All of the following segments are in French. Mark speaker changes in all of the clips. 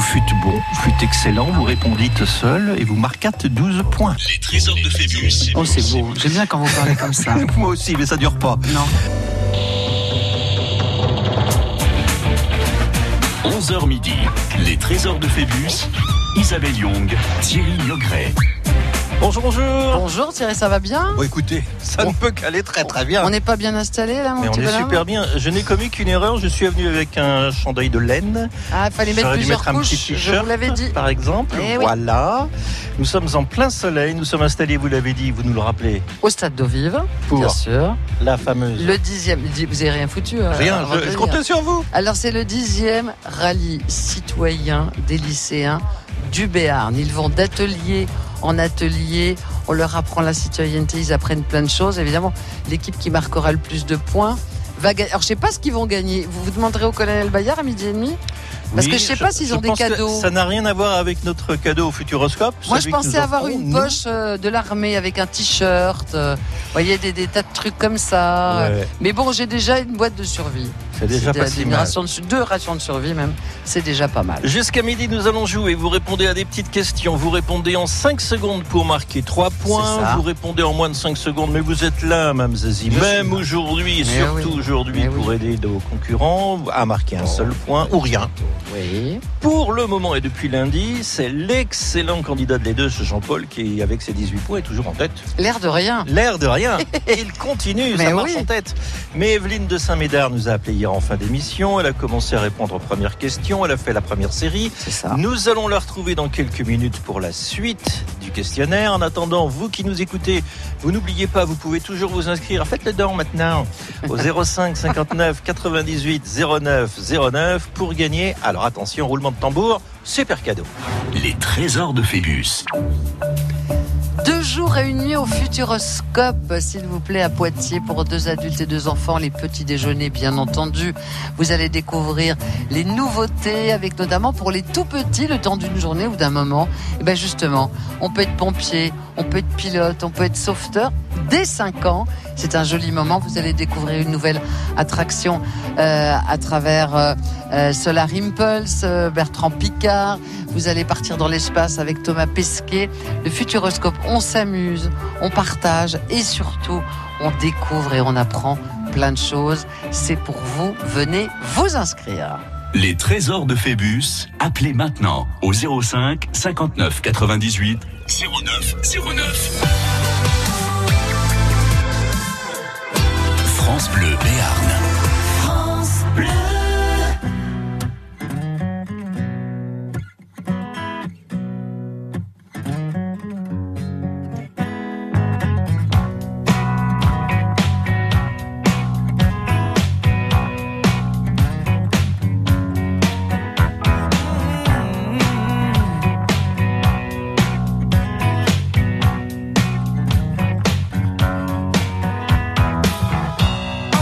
Speaker 1: fût bon, fût excellent, vous répondîtes seul et vous marquâtes 12 points.
Speaker 2: Les trésors de Phébus.
Speaker 3: Oh, c'est beau. J'aime bien quand vous parlez comme ça.
Speaker 1: Moi aussi, mais ça dure pas.
Speaker 3: Non.
Speaker 2: 11h midi. Les trésors de Phébus. Isabelle Young, Thierry Logret.
Speaker 1: Bonjour, bonjour.
Speaker 3: Bonjour Thierry, ça va bien
Speaker 1: Bon, écoutez, ça ne peut qu'aller très très
Speaker 3: On
Speaker 1: bien.
Speaker 3: n'est pas bien installé là, mon
Speaker 1: Mais on
Speaker 3: petit
Speaker 1: est
Speaker 3: bonhomme
Speaker 1: super bien. Je n'ai commis qu'une erreur. Je suis venu avec un chandail de laine.
Speaker 3: Ah, il fallait mettre
Speaker 1: J'aurais dû
Speaker 3: plusieurs
Speaker 1: mettre un petit
Speaker 3: couches, je
Speaker 1: t-shirt,
Speaker 3: vous l'avais dit.
Speaker 1: par exemple.
Speaker 3: Eh oui.
Speaker 1: Voilà. Nous sommes en plein soleil. Nous sommes installés, vous l'avez dit, vous nous le rappelez,
Speaker 3: Au stade d'Auvive, bien
Speaker 1: Pour.
Speaker 3: sûr.
Speaker 1: la fameuse.
Speaker 3: Le dixième, dis- vous avez rien foutu. euh,
Speaker 1: Rien,
Speaker 3: avant de
Speaker 1: je, je
Speaker 3: venir.
Speaker 1: comptais sur vous.
Speaker 3: Alors c'est le dixième rallye citoyen des lycéens du Béarn. Ils vont d'atelier en atelier, on leur apprend la citoyenneté, ils apprennent plein de choses. Évidemment, l'équipe qui marquera le plus de points va gagner. Alors je sais pas ce qu'ils vont gagner. Vous vous demanderez au colonel Bayard à midi et demi Parce que je sais pas s'ils
Speaker 1: je
Speaker 3: ont des
Speaker 1: pense que
Speaker 3: cadeaux.
Speaker 1: Ça n'a rien à voir avec notre cadeau au Futuroscope.
Speaker 3: Moi, je
Speaker 1: celui que nous
Speaker 3: pensais avoir
Speaker 1: offrons,
Speaker 3: une
Speaker 1: nous.
Speaker 3: poche euh, de l'armée avec un t-shirt, euh, vous voyez, des, des tas de trucs comme ça.
Speaker 1: Ouais,
Speaker 3: Mais bon, j'ai déjà une boîte de survie.
Speaker 1: c'est déjà
Speaker 3: C'est
Speaker 1: pas
Speaker 3: des-
Speaker 1: si
Speaker 3: une
Speaker 1: mal.
Speaker 3: ration de su- deux rations de survie même, c'est déjà pas mal.
Speaker 1: Jusqu'à midi, nous allons jouer. Vous répondez à des petites questions. Vous répondez en 5 secondes pour marquer 3
Speaker 3: C'est ça.
Speaker 1: points. Vous répondez en moins de 5 secondes. Mais vous êtes là, Mme Zazie.
Speaker 3: Je
Speaker 1: Même
Speaker 3: suis là.
Speaker 1: aujourd'hui, et
Speaker 3: Mais
Speaker 1: surtout
Speaker 3: oui.
Speaker 1: aujourd'hui,
Speaker 3: Mais
Speaker 1: pour
Speaker 3: oui.
Speaker 1: aider nos concurrents à marquer un seul point ou rien.
Speaker 3: Oui.
Speaker 1: Pour le moment et depuis lundi, c'est l'excellent candidat de les deux, ce Jean-Paul, qui, avec ses 18 points, est toujours en tête.
Speaker 3: L'air de rien.
Speaker 1: L'air de rien. Il continue,
Speaker 3: Mais
Speaker 1: ça marche
Speaker 3: oui.
Speaker 1: en tête. Mais Evelyne de Saint-Médard nous a appelé hier en fin d'émission. Elle a commencé à répondre aux premières questions. Elle a fait la première série.
Speaker 3: C'est ça.
Speaker 1: Nous allons la retrouver dans quelques minutes pour la suite du questionnaire. En attendant, vous qui nous écoutez, vous n'oubliez pas, vous pouvez toujours vous inscrire. Faites le don maintenant au 05 59 98 09 09 pour gagner. Alors attention, roulement de tambour, super cadeau.
Speaker 2: Les trésors de Phébus.
Speaker 3: Deux jours et une nuit au Futuroscope, s'il vous plaît, à Poitiers pour deux adultes et deux enfants, les petits déjeuners, bien entendu. Vous allez découvrir les nouveautés, avec notamment pour les tout petits, le temps d'une journée ou d'un moment. Et ben justement, on peut être pompier, on peut être pilote, on peut être sauveteur dès 5 ans. C'est un joli moment. Vous allez découvrir une nouvelle attraction euh, à travers euh, euh, Solar Impulse, euh, Bertrand Picard. Vous allez partir dans l'espace avec Thomas Pesquet. Le Futuroscope, on s'amuse, on partage et surtout, on découvre et on apprend plein de choses. C'est pour vous. Venez vous inscrire.
Speaker 2: Les trésors de Phébus, appelez maintenant au 05 59 98 09 09. France Bleu Béarn.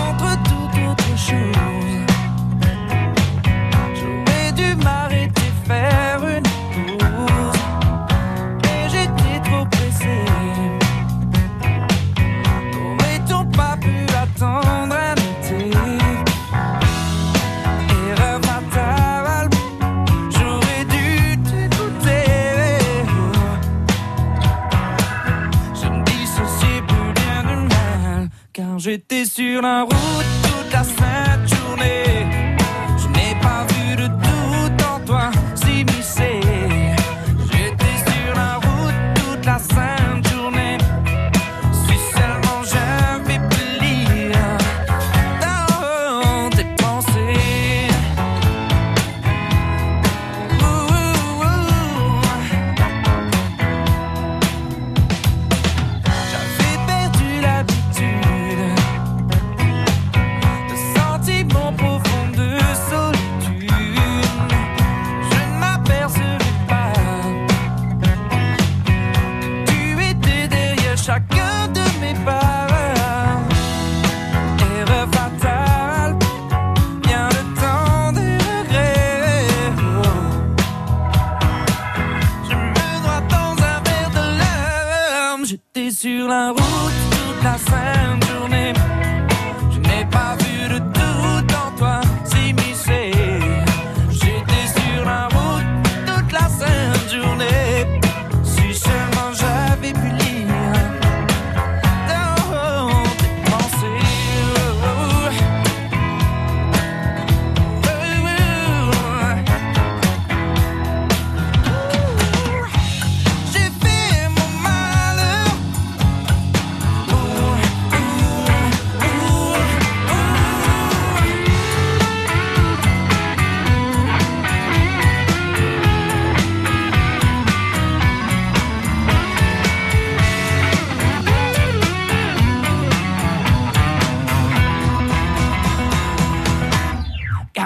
Speaker 4: Entre toute autre chose, j'aurais dû m'arrêter, faire une pause. Et j'étais trop pressé. N'aurait-on pas pu attendre un été? Erreur fatale, j'aurais dû t'écouter. Je me dissocie plus bien du mal Car j'étais sur la route toute la sainte journée Je n'ai pas vu de doute en toi s'immiscer J'étais sur la route toute la sainte journée Si seulement j'avais pu lire Dans tes pensées Ouh, ouh, ouh. J'avais perdu l'habitude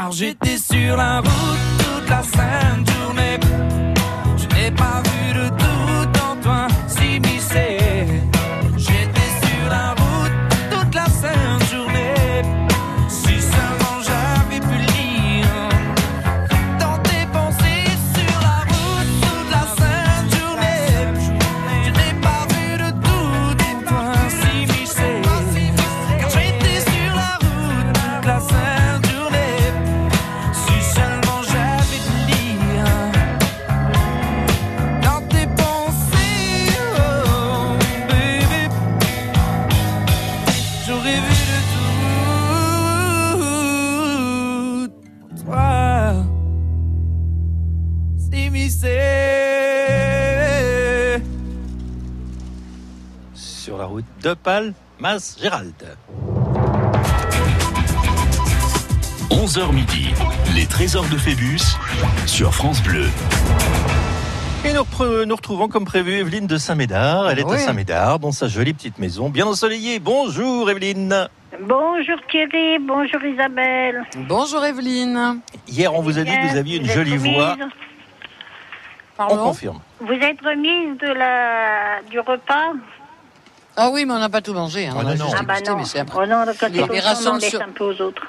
Speaker 5: Oh,
Speaker 4: j'étais sur la route toute la sainte journée. Je n'ai pas vu le tout en toi s'immiscer. J'étais sur la route toute la sainte journée. Si seulement j'avais pu lire dans tes pensées sur la route toute la sainte journée. Je n'ai pas vu le tout en toi s'immiscer. Car j'étais sur la route toute la sainte journée. Si seulement j'avais pu lire dans tes pensées, oh, bébé, j'aurais vu le tout, toi, s'immiscer.
Speaker 1: Sur la route de Palmas Gérald.
Speaker 2: 11h midi, les trésors de Phébus sur France Bleu.
Speaker 1: Et nous, repre- nous retrouvons comme prévu Evelyne de Saint-Médard. Elle est à
Speaker 3: Oui.
Speaker 1: Saint-Médard dans sa jolie petite maison bien ensoleillée. Bonjour Evelyne.
Speaker 6: Bonjour Thierry, bonjour Isabelle.
Speaker 3: Bonjour Evelyne.
Speaker 1: Hier on vous a dit que vous aviez une
Speaker 6: Vous êtes
Speaker 1: jolie
Speaker 6: remise-
Speaker 1: voix. On
Speaker 3: Pardon
Speaker 1: confirme.
Speaker 6: Vous êtes remise de la, du repas
Speaker 3: Ah oui, mais on n'a pas tout mangé. hein,
Speaker 1: Ah
Speaker 3: on a
Speaker 1: non, non.
Speaker 3: juste
Speaker 6: Ah bah
Speaker 3: dégusté,
Speaker 6: non,
Speaker 3: mais c'est impré-
Speaker 6: oh non quand
Speaker 3: Les- les
Speaker 6: c'est comme ça, on en
Speaker 3: rations
Speaker 6: laisse
Speaker 3: sur-
Speaker 6: un peu aux autres.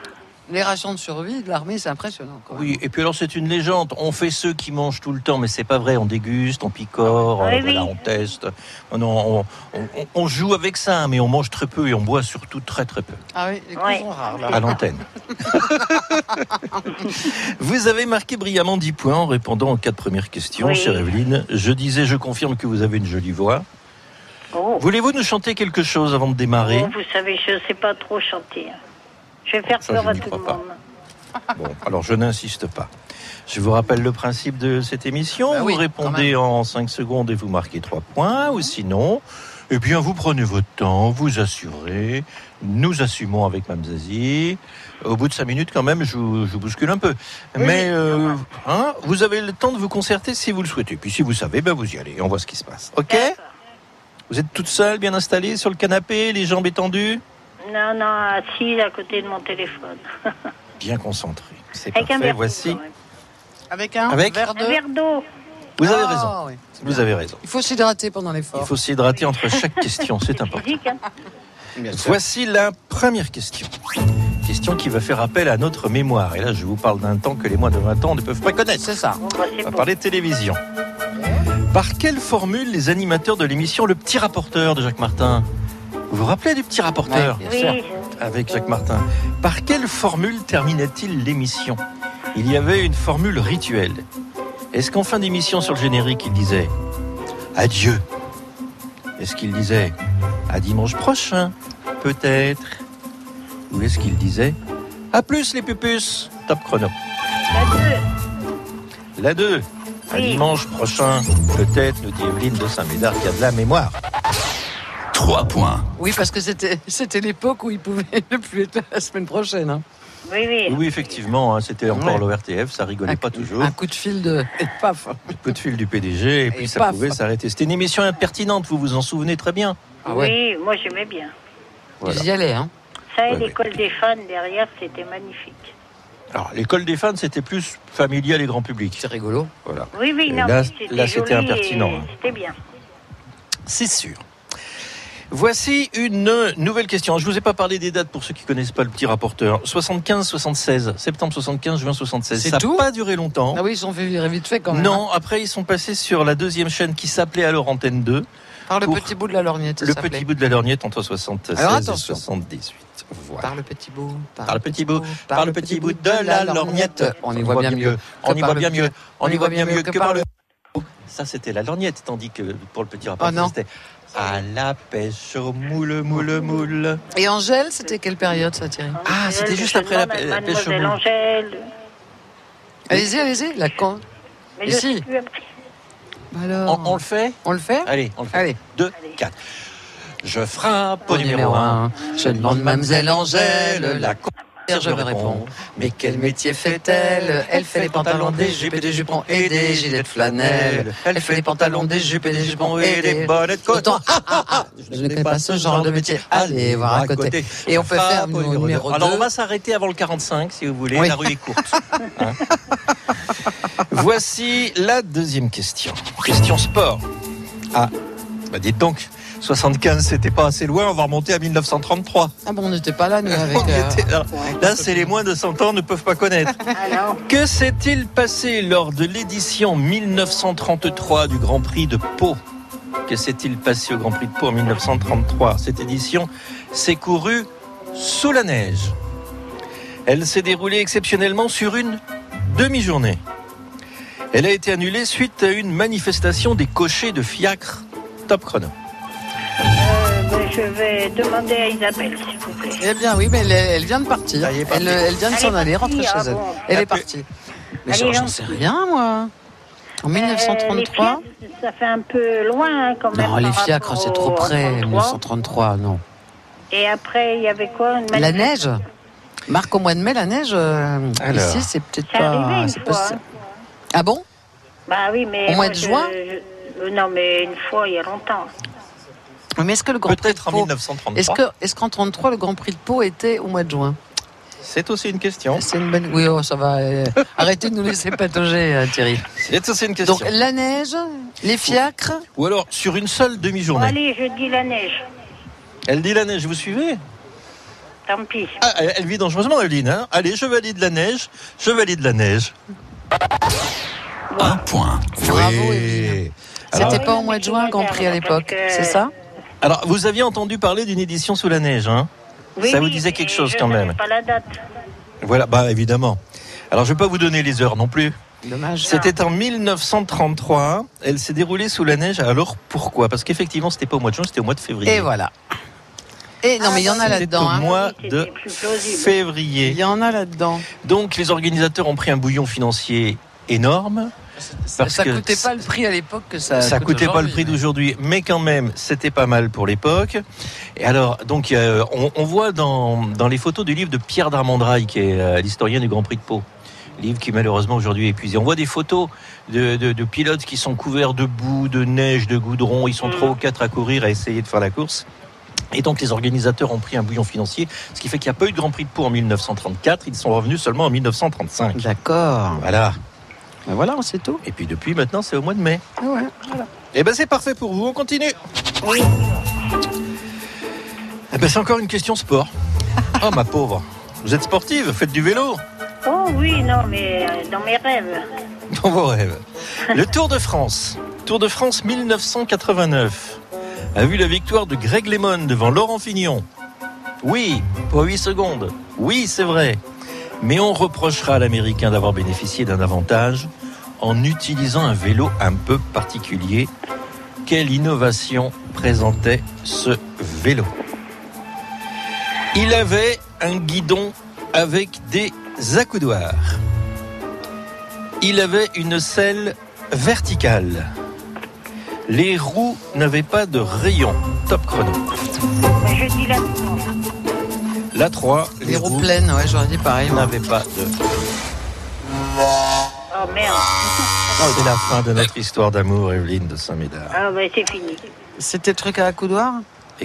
Speaker 3: Les rations de survie de l'armée, c'est impressionnant. Quand même.
Speaker 1: Oui, et puis alors c'est une légende. On fait ceux qui mangent tout le temps, mais c'est pas vrai. On déguste, on picore,
Speaker 6: Ah oui,
Speaker 1: euh, voilà,
Speaker 6: oui.
Speaker 1: on teste. On, on- on- on- on joue avec ça, hein, mais on mange très peu et on boit surtout très très peu.
Speaker 3: Ah oui, les coups
Speaker 6: Ouais.
Speaker 3: sont rares là.
Speaker 1: à l'antenne. vous avez marqué brillamment 10 points en répondant aux quatre premières questions,
Speaker 6: Oui.
Speaker 1: chère Evelyne. Je disais, je confirme que vous avez une jolie voix.
Speaker 6: Oh.
Speaker 1: Voulez-vous nous chanter quelque chose avant de démarrer
Speaker 6: Oh, vous savez, je ne sais pas trop chanter. Je vais faire
Speaker 1: Ça,
Speaker 6: peur
Speaker 1: je
Speaker 6: à
Speaker 1: n'y
Speaker 6: tout le
Speaker 1: crois pas.
Speaker 6: monde.
Speaker 1: Bon, alors je n'insiste pas. Je vous rappelle le principe de cette émission.
Speaker 3: Bah
Speaker 1: vous
Speaker 3: oui,
Speaker 1: répondez en 5 secondes et vous marquez 3 points, ou sinon, eh bien, vous prenez votre temps, vous assurez. Nous assumons avec Mme Zazie. Au bout de 5 minutes, quand même, je vous, je vous bouscule un peu.
Speaker 6: Oui,
Speaker 1: Mais
Speaker 6: oui,
Speaker 1: euh,
Speaker 6: normal.
Speaker 1: hein, vous avez le temps de vous concerter si vous le souhaitez. Puis si vous savez, ben vous y allez. On voit ce qui se passe. OK
Speaker 6: D'accord.
Speaker 1: Vous êtes toute seule, bien installée, sur le canapé, les jambes étendues
Speaker 6: Non, non, assise à côté de mon téléphone.
Speaker 1: Bien concentrée. C'est
Speaker 6: Avec un
Speaker 1: parfait.
Speaker 6: verre d'eau,
Speaker 1: Voici.
Speaker 6: quand même.
Speaker 3: Avec un
Speaker 1: Avec
Speaker 3: verre
Speaker 6: Un
Speaker 3: de.
Speaker 6: verre d'eau.
Speaker 1: Vous avez
Speaker 3: Ah,
Speaker 1: raison.
Speaker 3: oui.
Speaker 1: Vous avez raison.
Speaker 3: Il faut s'hydrater pendant
Speaker 1: Il
Speaker 3: l'effort.
Speaker 1: faut s'hydrater entre chaque question, c'est
Speaker 6: C'est
Speaker 1: important.
Speaker 6: physique, hein.
Speaker 1: Voici la première question. Question qui va faire appel à notre mémoire. Et là, je vous parle d'un temps que les moins de 20 ans ne peuvent pas connaître.
Speaker 3: C'est ça.
Speaker 6: Bon, bah, c'est
Speaker 1: On va
Speaker 6: bon.
Speaker 1: parler de télévision. Par quelle formule les animateurs de l'émission Le Petit Rapporteur de Jacques Martin Vous vous rappelez du Petit Rapporteur
Speaker 3: Ouais, bien sûr.
Speaker 6: Oui,
Speaker 1: avec Jacques Martin Par quelle formule terminait-il l'émission Il y avait une formule rituelle. Est-ce qu'en fin d'émission sur le générique, il disait Adieu Est-ce qu'il disait À dimanche prochain Peut-être Ou est-ce qu'il disait À plus les pupus Top chrono.
Speaker 6: adieu.
Speaker 1: La 2. À
Speaker 6: Oui.
Speaker 1: dimanche prochain, peut-être, nous dit Evelyne de Saint-Médard qui a de la mémoire.
Speaker 2: 3 points.
Speaker 3: Oui, parce que c'était c'était l'époque où ils pouvaient ne plus être là la semaine prochaine. hein.
Speaker 6: Oui, oui.
Speaker 1: Oui, effectivement, hein, c'était encore
Speaker 3: Ouais.
Speaker 1: l'ORTF, ça rigolait
Speaker 3: Un-
Speaker 1: pas toujours.
Speaker 3: Un coup de fil de. Et paf.
Speaker 1: Le coup de fil du PDG, et puis ça
Speaker 3: paf.
Speaker 1: pouvait s'arrêter. C'était une émission impertinente, vous vous en souvenez très bien.
Speaker 3: Ah ouais.
Speaker 6: Oui, moi j'aimais bien.
Speaker 1: Voilà.
Speaker 3: Ils y allaient. Hein.
Speaker 6: Ça et
Speaker 1: Ouais,
Speaker 6: l'école des fans derrière, c'était magnifique.
Speaker 1: Alors, l'école des fans, c'était plus familial et grand public.
Speaker 3: C'est rigolo.
Speaker 1: Voilà,
Speaker 6: Oui, oui,
Speaker 1: Et
Speaker 6: non,
Speaker 1: là-
Speaker 6: mais c'était
Speaker 1: là, c'était
Speaker 6: joli et
Speaker 1: impertinent, hein.
Speaker 6: C'était bien.
Speaker 1: c'est sûr. Voici une nouvelle question. Je vous ai pas parlé des dates pour ceux qui connaissent pas le petit rapporteur. 75, 76, septembre 75, juin 76.
Speaker 3: C'est
Speaker 1: ça
Speaker 3: tout
Speaker 1: n'a pas duré longtemps.
Speaker 3: Ah oui, ils se sont fait virer vite fait quand même. hein.
Speaker 1: non, après ils sont passés sur la deuxième chaîne qui s'appelait alors Antenne 2,
Speaker 3: hein. Par le
Speaker 1: pour-
Speaker 3: petit bout de la lorgnette. ça
Speaker 1: le
Speaker 3: s'appelait.
Speaker 1: petit bout de la lorgnette entre 76
Speaker 3: Alors,
Speaker 1: et
Speaker 3: attention.
Speaker 1: 78. Voilà.
Speaker 3: Par le petit bout.
Speaker 1: Par le petit bout, par le petit bout de la lorgnette.
Speaker 3: On y voit bien mieux. que
Speaker 1: On y
Speaker 3: par
Speaker 1: voit
Speaker 3: le
Speaker 1: bien
Speaker 3: petit-
Speaker 1: mieux. On y voit bien mieux que par le.
Speaker 3: le-
Speaker 1: Ça, c'était la lorgnette, tandis que pour le petit rapport,
Speaker 3: Oh non. Oh.
Speaker 1: c'était à la pêche au moule, moule, moule.
Speaker 3: Et Angèle, c'était quelle période ça, Thierry
Speaker 1: Ah, c'était
Speaker 6: Mademoiselle,
Speaker 1: juste
Speaker 6: je
Speaker 1: après la
Speaker 6: demande à
Speaker 1: pê- la pêche au
Speaker 6: Euh, Mademoiselle
Speaker 1: moule.
Speaker 6: Angèle.
Speaker 3: Allez-y, allez-y. La con.
Speaker 6: Mais
Speaker 3: Et
Speaker 6: je
Speaker 3: si.
Speaker 6: sais plus après.
Speaker 1: On,
Speaker 3: Alors.
Speaker 1: on le fait
Speaker 3: on le fait
Speaker 1: Allez, on le fait.
Speaker 3: Allez.
Speaker 1: 2,
Speaker 6: Allez.
Speaker 1: 4. Je frappe au
Speaker 3: Au
Speaker 1: numéro 1.
Speaker 3: un, Je demande Mademoiselle Angèle la con. Je me réponds. Mais quel métier fait-elle Elle fait les pantalons, des jupes et des jupons et des gilets de flanelle. Elle fait les pantalons, des jupes et des jupons et des
Speaker 1: bonnettes
Speaker 3: cotons. Ah, ah, ah Je ne connais pas ce genre de métier. Allez voir à côté. Et on peut
Speaker 1: Ah,
Speaker 3: faire
Speaker 1: Paul
Speaker 3: mon
Speaker 1: Giraudet.
Speaker 3: numéro
Speaker 1: Alors
Speaker 3: 2.
Speaker 1: on va s'arrêter avant le 45 si vous voulez,
Speaker 3: Oui.
Speaker 1: la rue est courte. Hein Voici la deuxième question. Question sport. Ah, bah dites donc, 75 c'était pas assez loin, on va remonter à 1933.
Speaker 3: Ah bon, on n'était pas là, nous, avec...
Speaker 1: On
Speaker 3: euh,
Speaker 1: était- alors, là c'est les moins de 100 ans ne peuvent pas connaître.
Speaker 6: Alors,
Speaker 1: Que s'est-il passé lors de l'édition 1933 du Grand Prix de Pau Que s'est-il passé au Grand Prix de Pau en 1933 Cette édition s'est courue sous la neige. Elle s'est déroulée exceptionnellement sur une demi-journée. Elle a été annulée suite à une manifestation des cochers de fiacre. Top chrono.
Speaker 6: euh, ben, je vais demander à Isabelle, s'il vous plaît.
Speaker 3: Eh bien, oui, mais elle, elle vient de partir.
Speaker 1: Ça y est, partie.
Speaker 3: Elle, elle vient de
Speaker 6: Elle
Speaker 3: s'en
Speaker 6: est
Speaker 3: aller,
Speaker 6: partie,
Speaker 3: rentrer chez
Speaker 6: ah
Speaker 3: elle.
Speaker 6: bon.
Speaker 3: Elle
Speaker 1: Elle
Speaker 3: est
Speaker 1: peut-
Speaker 3: partie. Mais
Speaker 6: Allez,
Speaker 3: j'en j'en
Speaker 6: on-
Speaker 3: sais rien, moi. En
Speaker 6: Euh,
Speaker 3: 1933
Speaker 6: les fiacres, ça fait un peu loin hein, quand même.
Speaker 3: Non, les
Speaker 6: par
Speaker 3: fiacres,
Speaker 6: rapport
Speaker 3: c'est trop
Speaker 6: au-
Speaker 3: près,
Speaker 6: 33.
Speaker 3: 1933, non.
Speaker 6: Et après, il y avait quoi une
Speaker 3: La
Speaker 6: manif-
Speaker 3: neige Marc, au mois de mai, la neige, euh,
Speaker 1: Alors.
Speaker 3: ici, c'est peut-être
Speaker 6: C'est arrivé
Speaker 3: pas...
Speaker 6: une
Speaker 3: c'est
Speaker 6: fois.
Speaker 3: pas-
Speaker 6: hein.
Speaker 3: Ah bon
Speaker 6: Bah oui, mais.
Speaker 3: Au mois
Speaker 6: moi,
Speaker 3: de
Speaker 6: je-
Speaker 3: juin
Speaker 6: je- euh, Non, mais une fois, il y a longtemps.
Speaker 3: Mais est-ce que le Grand Prix de
Speaker 1: Peut-être en
Speaker 3: Pau... Est-ce
Speaker 1: 1933.
Speaker 3: que- est-ce qu'en 1933, le Grand Prix de Pau était au mois de juin
Speaker 1: C'est aussi une question.
Speaker 3: C'est une bonne... Oui, oh, ça va. euh, Arrêtez de nous laisser patauger, euh, Thierry.
Speaker 1: C'est aussi une question.
Speaker 3: Donc, la neige, les fiacres...
Speaker 1: Ou alors sur une seule
Speaker 6: Bon,
Speaker 1: demi-journée.
Speaker 6: allez, je dis la neige.
Speaker 1: Elle dit la neige, vous suivez
Speaker 6: Tant pis.
Speaker 1: Ah, elle elle vit dangereusement, Evelyne. Hein Allez, je valide la neige. Je valide la neige.
Speaker 2: Un point.
Speaker 3: Bravo, Evelyne.
Speaker 1: Alors-
Speaker 3: C'était pas au mois de juin le Grand Prix à l'époque, c'est ça
Speaker 1: Alors, vous aviez entendu parler d'une édition sous la neige, hein
Speaker 6: Oui,
Speaker 1: Ça vous
Speaker 6: oui,
Speaker 1: disait quelque
Speaker 6: mais
Speaker 1: chose,
Speaker 6: je
Speaker 1: quand
Speaker 6: savais
Speaker 1: même.
Speaker 6: pas la date.
Speaker 1: Voilà, bah évidemment. Alors, je vais pas vous donner les heures non plus.
Speaker 3: Dommage.
Speaker 1: C'était en 1933. Elle s'est déroulée sous la neige. Alors, pourquoi Parce qu'effectivement, c'était pas au mois de juin, c'était au mois de février.
Speaker 3: Et voilà. Et non, mais il y en a
Speaker 1: Ah, C'était
Speaker 3: là-dedans.
Speaker 1: au
Speaker 3: hein.
Speaker 1: mois
Speaker 6: Oui,
Speaker 1: de
Speaker 6: c'était plus plausible.
Speaker 3: Il
Speaker 1: février.
Speaker 3: y en a là-dedans.
Speaker 1: Donc, les organisateurs ont pris un bouillon financier énorme. Parce
Speaker 3: ça
Speaker 1: que
Speaker 3: coûtait pas le prix à l'époque que ça.
Speaker 1: Ça
Speaker 3: coûte
Speaker 1: coûtait pas le
Speaker 3: aujourd'hui,
Speaker 1: prix d'aujourd'hui, mais quand même, c'était pas mal pour l'époque. Et alors, donc, euh, on, on voit dans, dans les photos du livre de Pierre d'Armandraille, qui est euh, l'historien du Grand Prix de Pau, livre qui malheureusement aujourd'hui est épuisé. On voit des photos de, de- de pilotes qui sont couverts de boue, de neige, de goudron. Ils sont
Speaker 6: Mhm.
Speaker 1: trois ou quatre à courir, à essayer de faire la course. Et donc les organisateurs ont pris un bouillon financier, ce qui fait qu'il n'y a pas eu de Grand Prix de Pau en 1934, ils sont revenus seulement en 1935.
Speaker 3: mais- D'accord.
Speaker 1: Voilà.
Speaker 3: Ben voilà, c'est tout.
Speaker 1: Et puis depuis maintenant, c'est au mois de mai.
Speaker 3: Ah ouais.
Speaker 1: Eh ben c'est parfait pour vous, on continue. Eh ben c'est encore une question sport. Oh ma pauvre. Vous êtes sportive, faites du vélo
Speaker 6: Oh oui, non, mais euh, dans mes rêves.
Speaker 1: dans vos rêves. Le Tour de France, Tour de France 1989, a vu la victoire de Greg LeMond devant Laurent Fignon. Oui, pour 8 secondes. Oui, c'est vrai. Mais on reprochera à l'Américain d'avoir bénéficié d'un avantage en utilisant un vélo un peu particulier. Quelle innovation présentait ce vélo Il avait un guidon avec des accoudoirs. Il avait une selle verticale. Les roues n'avaient pas de rayon. Top chrono.
Speaker 6: Mais Je dis la
Speaker 1: La 3, les,
Speaker 3: Les roues
Speaker 1: roues
Speaker 3: pleines, ouais, j'aurais dit pareil. moi.
Speaker 1: n'avaient pas de...
Speaker 6: Oh merde.
Speaker 1: C'est la fin de notre histoire d'amour, Evelyne de Saint-Médard.
Speaker 6: Ah ben c'est fini.
Speaker 3: C'était le truc à accoudoir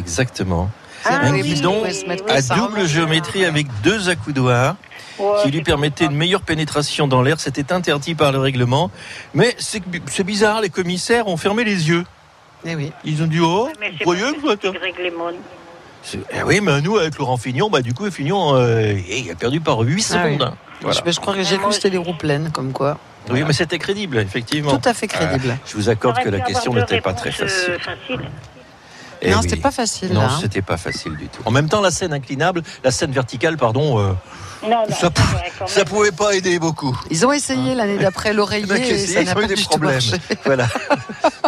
Speaker 1: Exactement.
Speaker 6: Ah
Speaker 1: un
Speaker 6: oui,
Speaker 1: guidon
Speaker 6: oui, oui, oui.
Speaker 1: À
Speaker 3: ça hein.
Speaker 1: double
Speaker 3: remonte.
Speaker 1: géométrie avec deux accoudoirs
Speaker 6: Ouais,
Speaker 1: qui lui
Speaker 6: c'est
Speaker 1: permettaient une
Speaker 6: pas-
Speaker 1: meilleure pénétration dans l'air. C'était interdit par le règlement. Mais c'est c'est bizarre, les commissaires ont fermé les yeux.
Speaker 3: Eh oui.
Speaker 1: Ils ont dit, oh,
Speaker 6: Mais
Speaker 1: vous
Speaker 6: c'est
Speaker 1: voyez
Speaker 6: parce
Speaker 1: que vous êtes-
Speaker 6: c'est Greg LeMond.
Speaker 1: C'est- eh oui, mais nous, avec Laurent Fignon, bah, du coup, Fignon, euh, il a perdu par 8
Speaker 3: Ah oui.
Speaker 1: secondes. Voilà.
Speaker 3: Je, mais je crois que j'ai
Speaker 6: Moi
Speaker 3: cru que c'était
Speaker 6: aussi.
Speaker 3: les roues pleines, comme quoi.
Speaker 1: Oui, mais c'était crédible, effectivement.
Speaker 3: Tout à fait crédible.
Speaker 1: Je vous accorde que
Speaker 6: J'aurais
Speaker 1: la
Speaker 6: pu
Speaker 1: question
Speaker 6: avoir deux
Speaker 1: n'était pas très
Speaker 6: réponses,
Speaker 1: facile.
Speaker 6: euh, faciles.
Speaker 1: Eh
Speaker 3: non,
Speaker 1: oui.
Speaker 3: c'était pas facile,
Speaker 1: Non,
Speaker 3: là. hein.
Speaker 1: c'était pas facile du tout. En même temps, la scène inclinable, la scène verticale, pardon, euh,
Speaker 6: Non, non,
Speaker 1: Ça
Speaker 6: c'est vrai, quand
Speaker 1: ça
Speaker 6: même.
Speaker 1: pouvait pas aider beaucoup. Eh
Speaker 3: Ils ont essayé l'année d'après
Speaker 1: Il y en a qui
Speaker 3: l'oreiller et ça
Speaker 1: essayaient, Ah. ils
Speaker 3: n'a
Speaker 1: ont
Speaker 3: pas
Speaker 1: eu des
Speaker 3: du tout
Speaker 1: problèmes.
Speaker 3: marché.
Speaker 1: Voilà,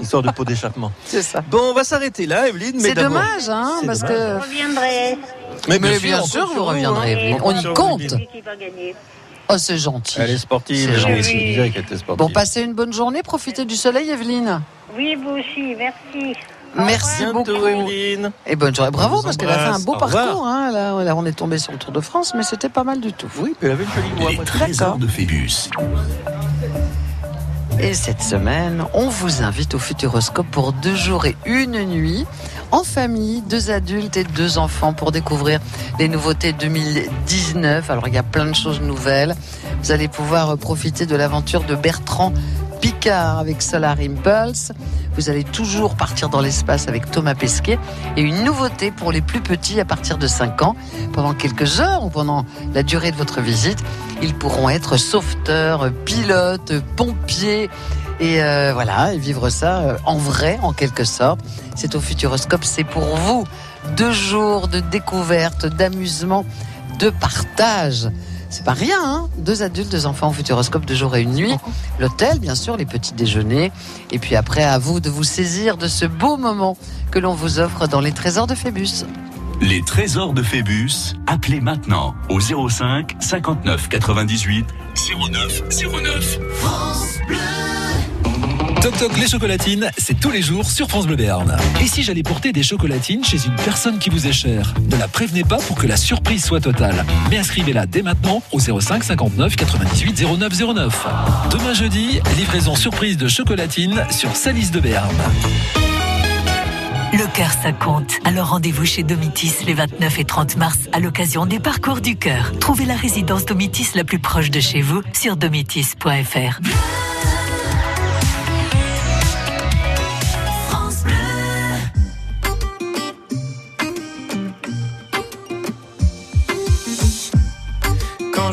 Speaker 1: histoire de pot d'échappement.
Speaker 3: C'est ça.
Speaker 1: Bon, on va s'arrêter là, Evelyne. mais
Speaker 3: C'est
Speaker 1: d'abord-
Speaker 3: dommage, hein,
Speaker 1: C'est
Speaker 3: parce
Speaker 6: Je
Speaker 1: dommage.
Speaker 3: que.
Speaker 6: reviendrai.
Speaker 1: Mais
Speaker 3: Mais bien
Speaker 1: on
Speaker 3: sûr,
Speaker 1: compte
Speaker 3: vous
Speaker 1: sur hein.
Speaker 3: reviendrez, Evelyne.
Speaker 1: compte
Speaker 3: On y
Speaker 1: sur vous,
Speaker 3: compte.
Speaker 1: Evelyne.
Speaker 6: Celui qui va gagner.
Speaker 3: Oh, c'est gentil.
Speaker 1: Elle est sportive,
Speaker 3: C'est
Speaker 1: Evelyne,
Speaker 6: gentil.
Speaker 1: je disais qu'elle était sportive.
Speaker 3: Bon, passez une bonne journée, profitez du soleil, Evelyne.
Speaker 6: Oui, vous aussi, merci.
Speaker 3: Merci
Speaker 1: bientôt,
Speaker 3: beaucoup.
Speaker 1: Evelyne.
Speaker 3: Et bonne journée.
Speaker 1: On
Speaker 3: Bravo,
Speaker 1: vous
Speaker 3: parce qu'elle a fait un
Speaker 1: embrasse.
Speaker 3: beau
Speaker 1: Au revoir.
Speaker 3: parcours. hein. Là, on- là, on est tombé sur le Tour de France, mais c'était pas mal du tout.
Speaker 1: Oui, puis elle avait une jolie voix.
Speaker 2: Les
Speaker 1: moi, je
Speaker 2: trésors de Phébus.
Speaker 3: Et cette semaine, on vous invite au Futuroscope pour deux jours et une nuit, en famille, deux adultes et deux enfants, pour découvrir les nouveautés 2019. Alors, il y a plein de choses nouvelles. Vous allez pouvoir profiter de l'aventure de Bertrand Picard avec Solar Impulse. Vous allez toujours partir dans l'espace avec Thomas Pesquet. Et une nouveauté pour les plus petits à partir de 5 ans. Pendant quelques heures ou pendant la durée de votre visite, ils pourront être sauveteurs, pilotes, pompiers. Et euh, voilà, et vivre ça euh, en vrai, en quelque sorte. C'est au Futuroscope, c'est pour vous. Deux jours de découverte, d'amusement, de partage. C'est pas rien, hein Deux adultes, deux enfants au Futuroscope, deux jours et une nuit. L'hôtel, bien sûr, les petits déjeuners. Et puis après, à vous de vous saisir de ce beau moment que l'on vous offre dans les trésors de Phébus.
Speaker 2: Les trésors de Phébus, appelez maintenant au 05 59 98 09 09.
Speaker 7: Toc Toc les chocolatines, c'est tous les jours sur France Bleu Béarn. Et si j'allais porter des chocolatines chez une personne qui vous est chère Ne la prévenez pas pour que la surprise soit totale. Mais inscrivez-la dès maintenant au 05 59 98 09 09. Demain jeudi, livraison surprise de chocolatines sur Salis de Béarn.
Speaker 8: Le cœur, ça compte. Alors rendez-vous chez Domitis les 29 et 30 mars à l'occasion des parcours du cœur. Trouvez la résidence Domitis la plus proche de chez vous sur domitis.fr.
Speaker 5: Quand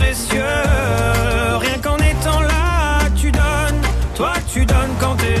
Speaker 5: précieux. Rien qu'en étant là, tu donnes. Toi tu donnes quand t'es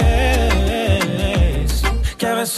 Speaker 5: caresse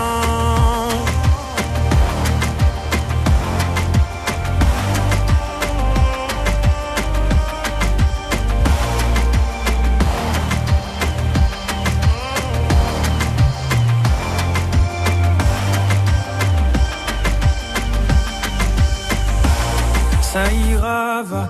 Speaker 5: Ça ira, va,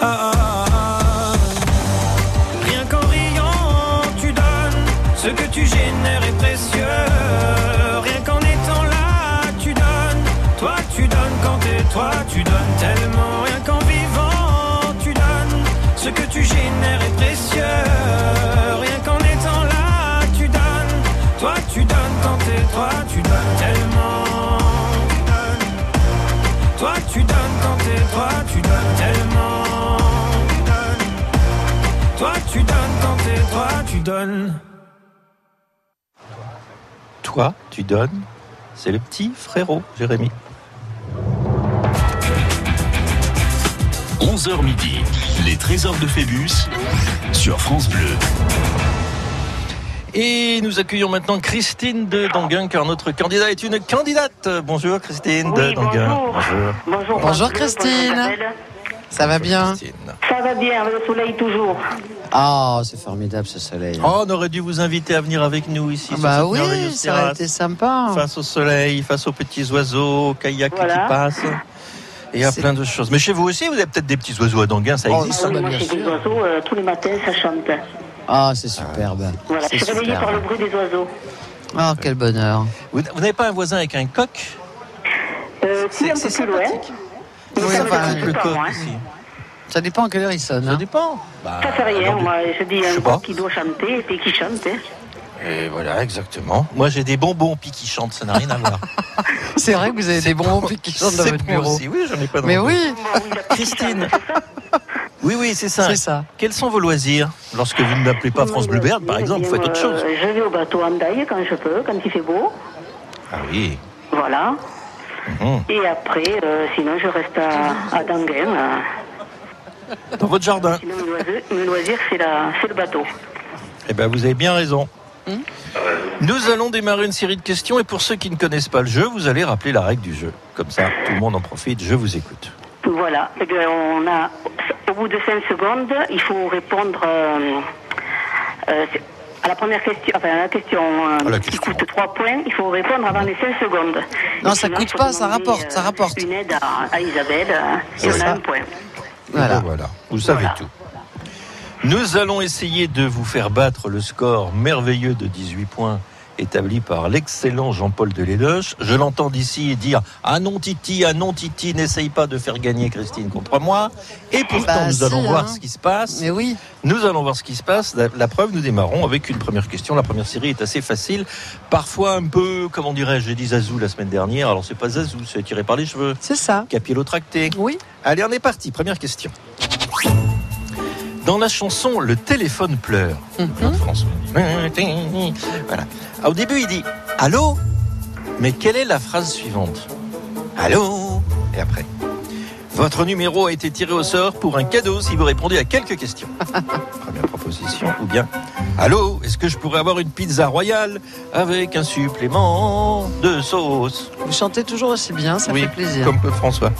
Speaker 5: Ah ah, ah. Rien qu'en riant, tu donnes ce que tu génères est précieux. Rien qu'en étant là, tu donnes. Toi, tu donnes quand t'es toi, tu donnes tellement. Rien qu'en vivant, tu donnes ce que tu génères est précieux. Rien qu'en étant là, tu donnes. Toi, tu donnes quand t'es toi, tu donnes tellement. Tu donnes. Toi, tu donnes quand t'es toi, tu donnes tellement. Tu donnes. Toi tu donnes quand t'es toi tu donnes.
Speaker 1: Toi, tu donnes. C'est le petit frérot, Jérémy.
Speaker 2: 11h midi, les trésors de Phébus sur France Bleu.
Speaker 1: Et nous accueillons maintenant Christine de Donguin, car notre candidat est une candidate. Bonjour Christine de
Speaker 6: Oui,
Speaker 1: Donguin.
Speaker 6: bonjour. Bonjour,
Speaker 3: Bonjour,
Speaker 6: Marc,
Speaker 3: Christine.
Speaker 6: bonjour, Isabelle.
Speaker 3: Ça va bien
Speaker 1: Christine.
Speaker 6: Ça va bien, le soleil toujours.
Speaker 3: Ah, c'est formidable ce soleil.
Speaker 1: Oh, on aurait dû vous inviter à venir avec nous ici.
Speaker 3: Ah
Speaker 1: sur
Speaker 3: bah
Speaker 1: cette
Speaker 3: oui,
Speaker 1: merveilleuse
Speaker 3: ça aurait
Speaker 1: terrasse.
Speaker 3: été sympa.
Speaker 1: Face au soleil, face aux petits oiseaux, aux kayaks
Speaker 6: Voilà.
Speaker 1: qui passent. Et à
Speaker 3: C'est-
Speaker 1: plein de choses. Mais chez vous aussi, vous avez peut-être des petits oiseaux à Danguin, ça
Speaker 3: Oh,
Speaker 6: Ah
Speaker 1: existe. hein.
Speaker 3: ça,
Speaker 6: oui,
Speaker 3: bah,
Speaker 6: moi,
Speaker 3: bien
Speaker 6: chez les
Speaker 3: sûr.
Speaker 6: oiseaux, euh, tous les matins, ça chante.
Speaker 3: Ah, c'est superbe.
Speaker 6: Voilà, je
Speaker 3: c'est
Speaker 6: suis réveillée par le
Speaker 3: superbe.
Speaker 6: bruit des oiseaux.
Speaker 3: Ah, quel bonheur.
Speaker 1: Vous vous n'avez pas un voisin avec un coq
Speaker 6: Euh, si, un peu
Speaker 1: c'est
Speaker 6: plus loin.
Speaker 1: sympathique.
Speaker 6: Mais
Speaker 3: Oui,
Speaker 6: ça
Speaker 1: Ça
Speaker 6: me
Speaker 3: enfin,
Speaker 6: dérange
Speaker 1: fatigue, le
Speaker 6: pas,
Speaker 1: coq
Speaker 6: moi, hein.
Speaker 1: ici.
Speaker 3: Ça dépend à quelle heure il sonne.
Speaker 1: Ça
Speaker 3: hein.
Speaker 1: dépend. Bah,
Speaker 6: Ça fait rien,
Speaker 1: non, mais-
Speaker 6: moi. Je dis
Speaker 1: Je
Speaker 6: un
Speaker 1: sais
Speaker 6: gars
Speaker 1: pas.
Speaker 6: qui doit chanter et puis qui chante. hein.
Speaker 1: Et voilà, exactement. Moi, j'ai des bonbons puis qui chantent, ça n'a rien à voir.
Speaker 3: C'est vrai que vous avez des bonbons qui sortent dans
Speaker 1: C'est
Speaker 3: votre
Speaker 1: pour
Speaker 3: bureau.
Speaker 1: aussi. Oui, j'en ai pas dans
Speaker 3: Mais
Speaker 1: mon
Speaker 3: oui,
Speaker 6: Bon, Bah oui, la petite
Speaker 1: Christine.
Speaker 6: chante, c'est ça
Speaker 1: Oui, oui, c'est ça.
Speaker 3: c'est ça.
Speaker 1: Quels sont vos loisirs Lorsque vous ne m'appelez pas France
Speaker 6: Oui,
Speaker 1: Bleu
Speaker 6: euh,
Speaker 1: Béarn, par
Speaker 6: oui,
Speaker 1: exemple,
Speaker 6: eh
Speaker 1: faites
Speaker 6: bien,
Speaker 1: autre chose.
Speaker 6: euh, Je vais au bateau en daille quand je peux, quand il fait beau.
Speaker 1: Ah oui.
Speaker 6: Voilà.
Speaker 1: Mhm.
Speaker 6: Et après, euh, sinon, je reste à, à Danguin. euh.
Speaker 1: Dans votre jardin.
Speaker 6: Sinon, le loisir, le loisir, c'est la- c'est le bateau.
Speaker 1: Eh bien, vous avez bien raison.
Speaker 6: Hmm
Speaker 1: Nous allons démarrer une série de questions et pour ceux qui ne connaissent pas le jeu, vous allez rappeler la règle du jeu. Comme ça, tout le monde en profite. Je vous écoute.
Speaker 6: Voilà. Eh bien, on a, au bout de 5 secondes, il faut répondre euh, euh, à la première question, enfin, à la question, euh,
Speaker 1: À la
Speaker 6: qui
Speaker 1: question.
Speaker 6: coûte 3 points. Il faut répondre avant les 5 secondes.
Speaker 3: Non, ça
Speaker 6: Et sinon,
Speaker 3: coûte
Speaker 6: il faut
Speaker 3: pas, ça
Speaker 6: demander,
Speaker 3: rapporte, ça rapporte.
Speaker 6: Une aide à, à Isabelle. euh,
Speaker 3: C'est
Speaker 6: et on a
Speaker 3: ça.
Speaker 6: un point.
Speaker 1: Et
Speaker 3: Voilà.
Speaker 1: ben Vous savez
Speaker 6: Voilà.
Speaker 1: tout. Nous allons essayer de vous faire battre le score merveilleux de 18 points établi par l'excellent Jean-Paul Deléloche. Je l'entends d'ici dire Ah non, Titi, ah non, Titi, n'essaye pas de faire gagner Christine contre moi. Et pourtant,
Speaker 3: Bah,
Speaker 1: nous
Speaker 3: si,
Speaker 1: allons voir
Speaker 3: hein.
Speaker 1: ce qui se passe.
Speaker 3: Mais oui,
Speaker 1: Nous allons voir ce qui se passe. La, la preuve, nous démarrons avec une première question. La première série est assez facile. Parfois un peu, comment dirais-je, j'ai dit Zazou la semaine dernière. Alors c'est pas Zazou, c'est tiré par les cheveux.
Speaker 3: c'est ça.
Speaker 1: Capillotracté.
Speaker 3: Oui.
Speaker 1: Allez, on est parti. Première question. Dans la chanson Le téléphone pleure,
Speaker 3: Mhm.
Speaker 1: François. Voilà. Ah, Au début, il dit Allô Mais quelle est la phrase suivante Allô Et après Votre numéro a été tiré au sort pour un cadeau si vous répondez à quelques questions. Première proposition. Ou bien Allô Est-ce que je pourrais avoir une pizza royale avec un supplément de sauce
Speaker 3: Vous chantez toujours aussi bien, ça
Speaker 1: oui,
Speaker 3: fait plaisir.
Speaker 1: Comme peut François.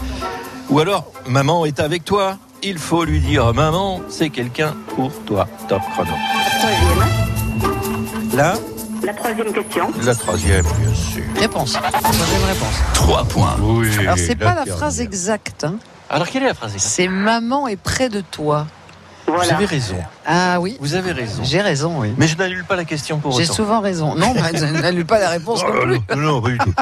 Speaker 1: Ou alors, maman est avec toi. Il faut lui dire, maman, c'est quelqu'un pour toi. Top chrono.
Speaker 6: Troisième.
Speaker 1: Là,
Speaker 6: La troisième question.
Speaker 1: la troisième, bien sûr.
Speaker 3: Réponse. Troisième réponse.
Speaker 2: 3 points.
Speaker 3: Alors, c'est pas la phrase exacte. hein.
Speaker 1: Alors, quelle est la phrase exacte
Speaker 3: C'est maman est près de toi.
Speaker 1: Vous
Speaker 6: Voilà.
Speaker 1: avez raison.
Speaker 3: Ah oui,
Speaker 1: Vous avez raison.
Speaker 3: j'ai raison, oui.
Speaker 1: Mais je n'annule pas la question pour
Speaker 3: J'ai
Speaker 1: autant. Oh
Speaker 3: souvent raison. Non, bah, je n'annule pas la réponse non plus.
Speaker 1: non, non, pas du tout.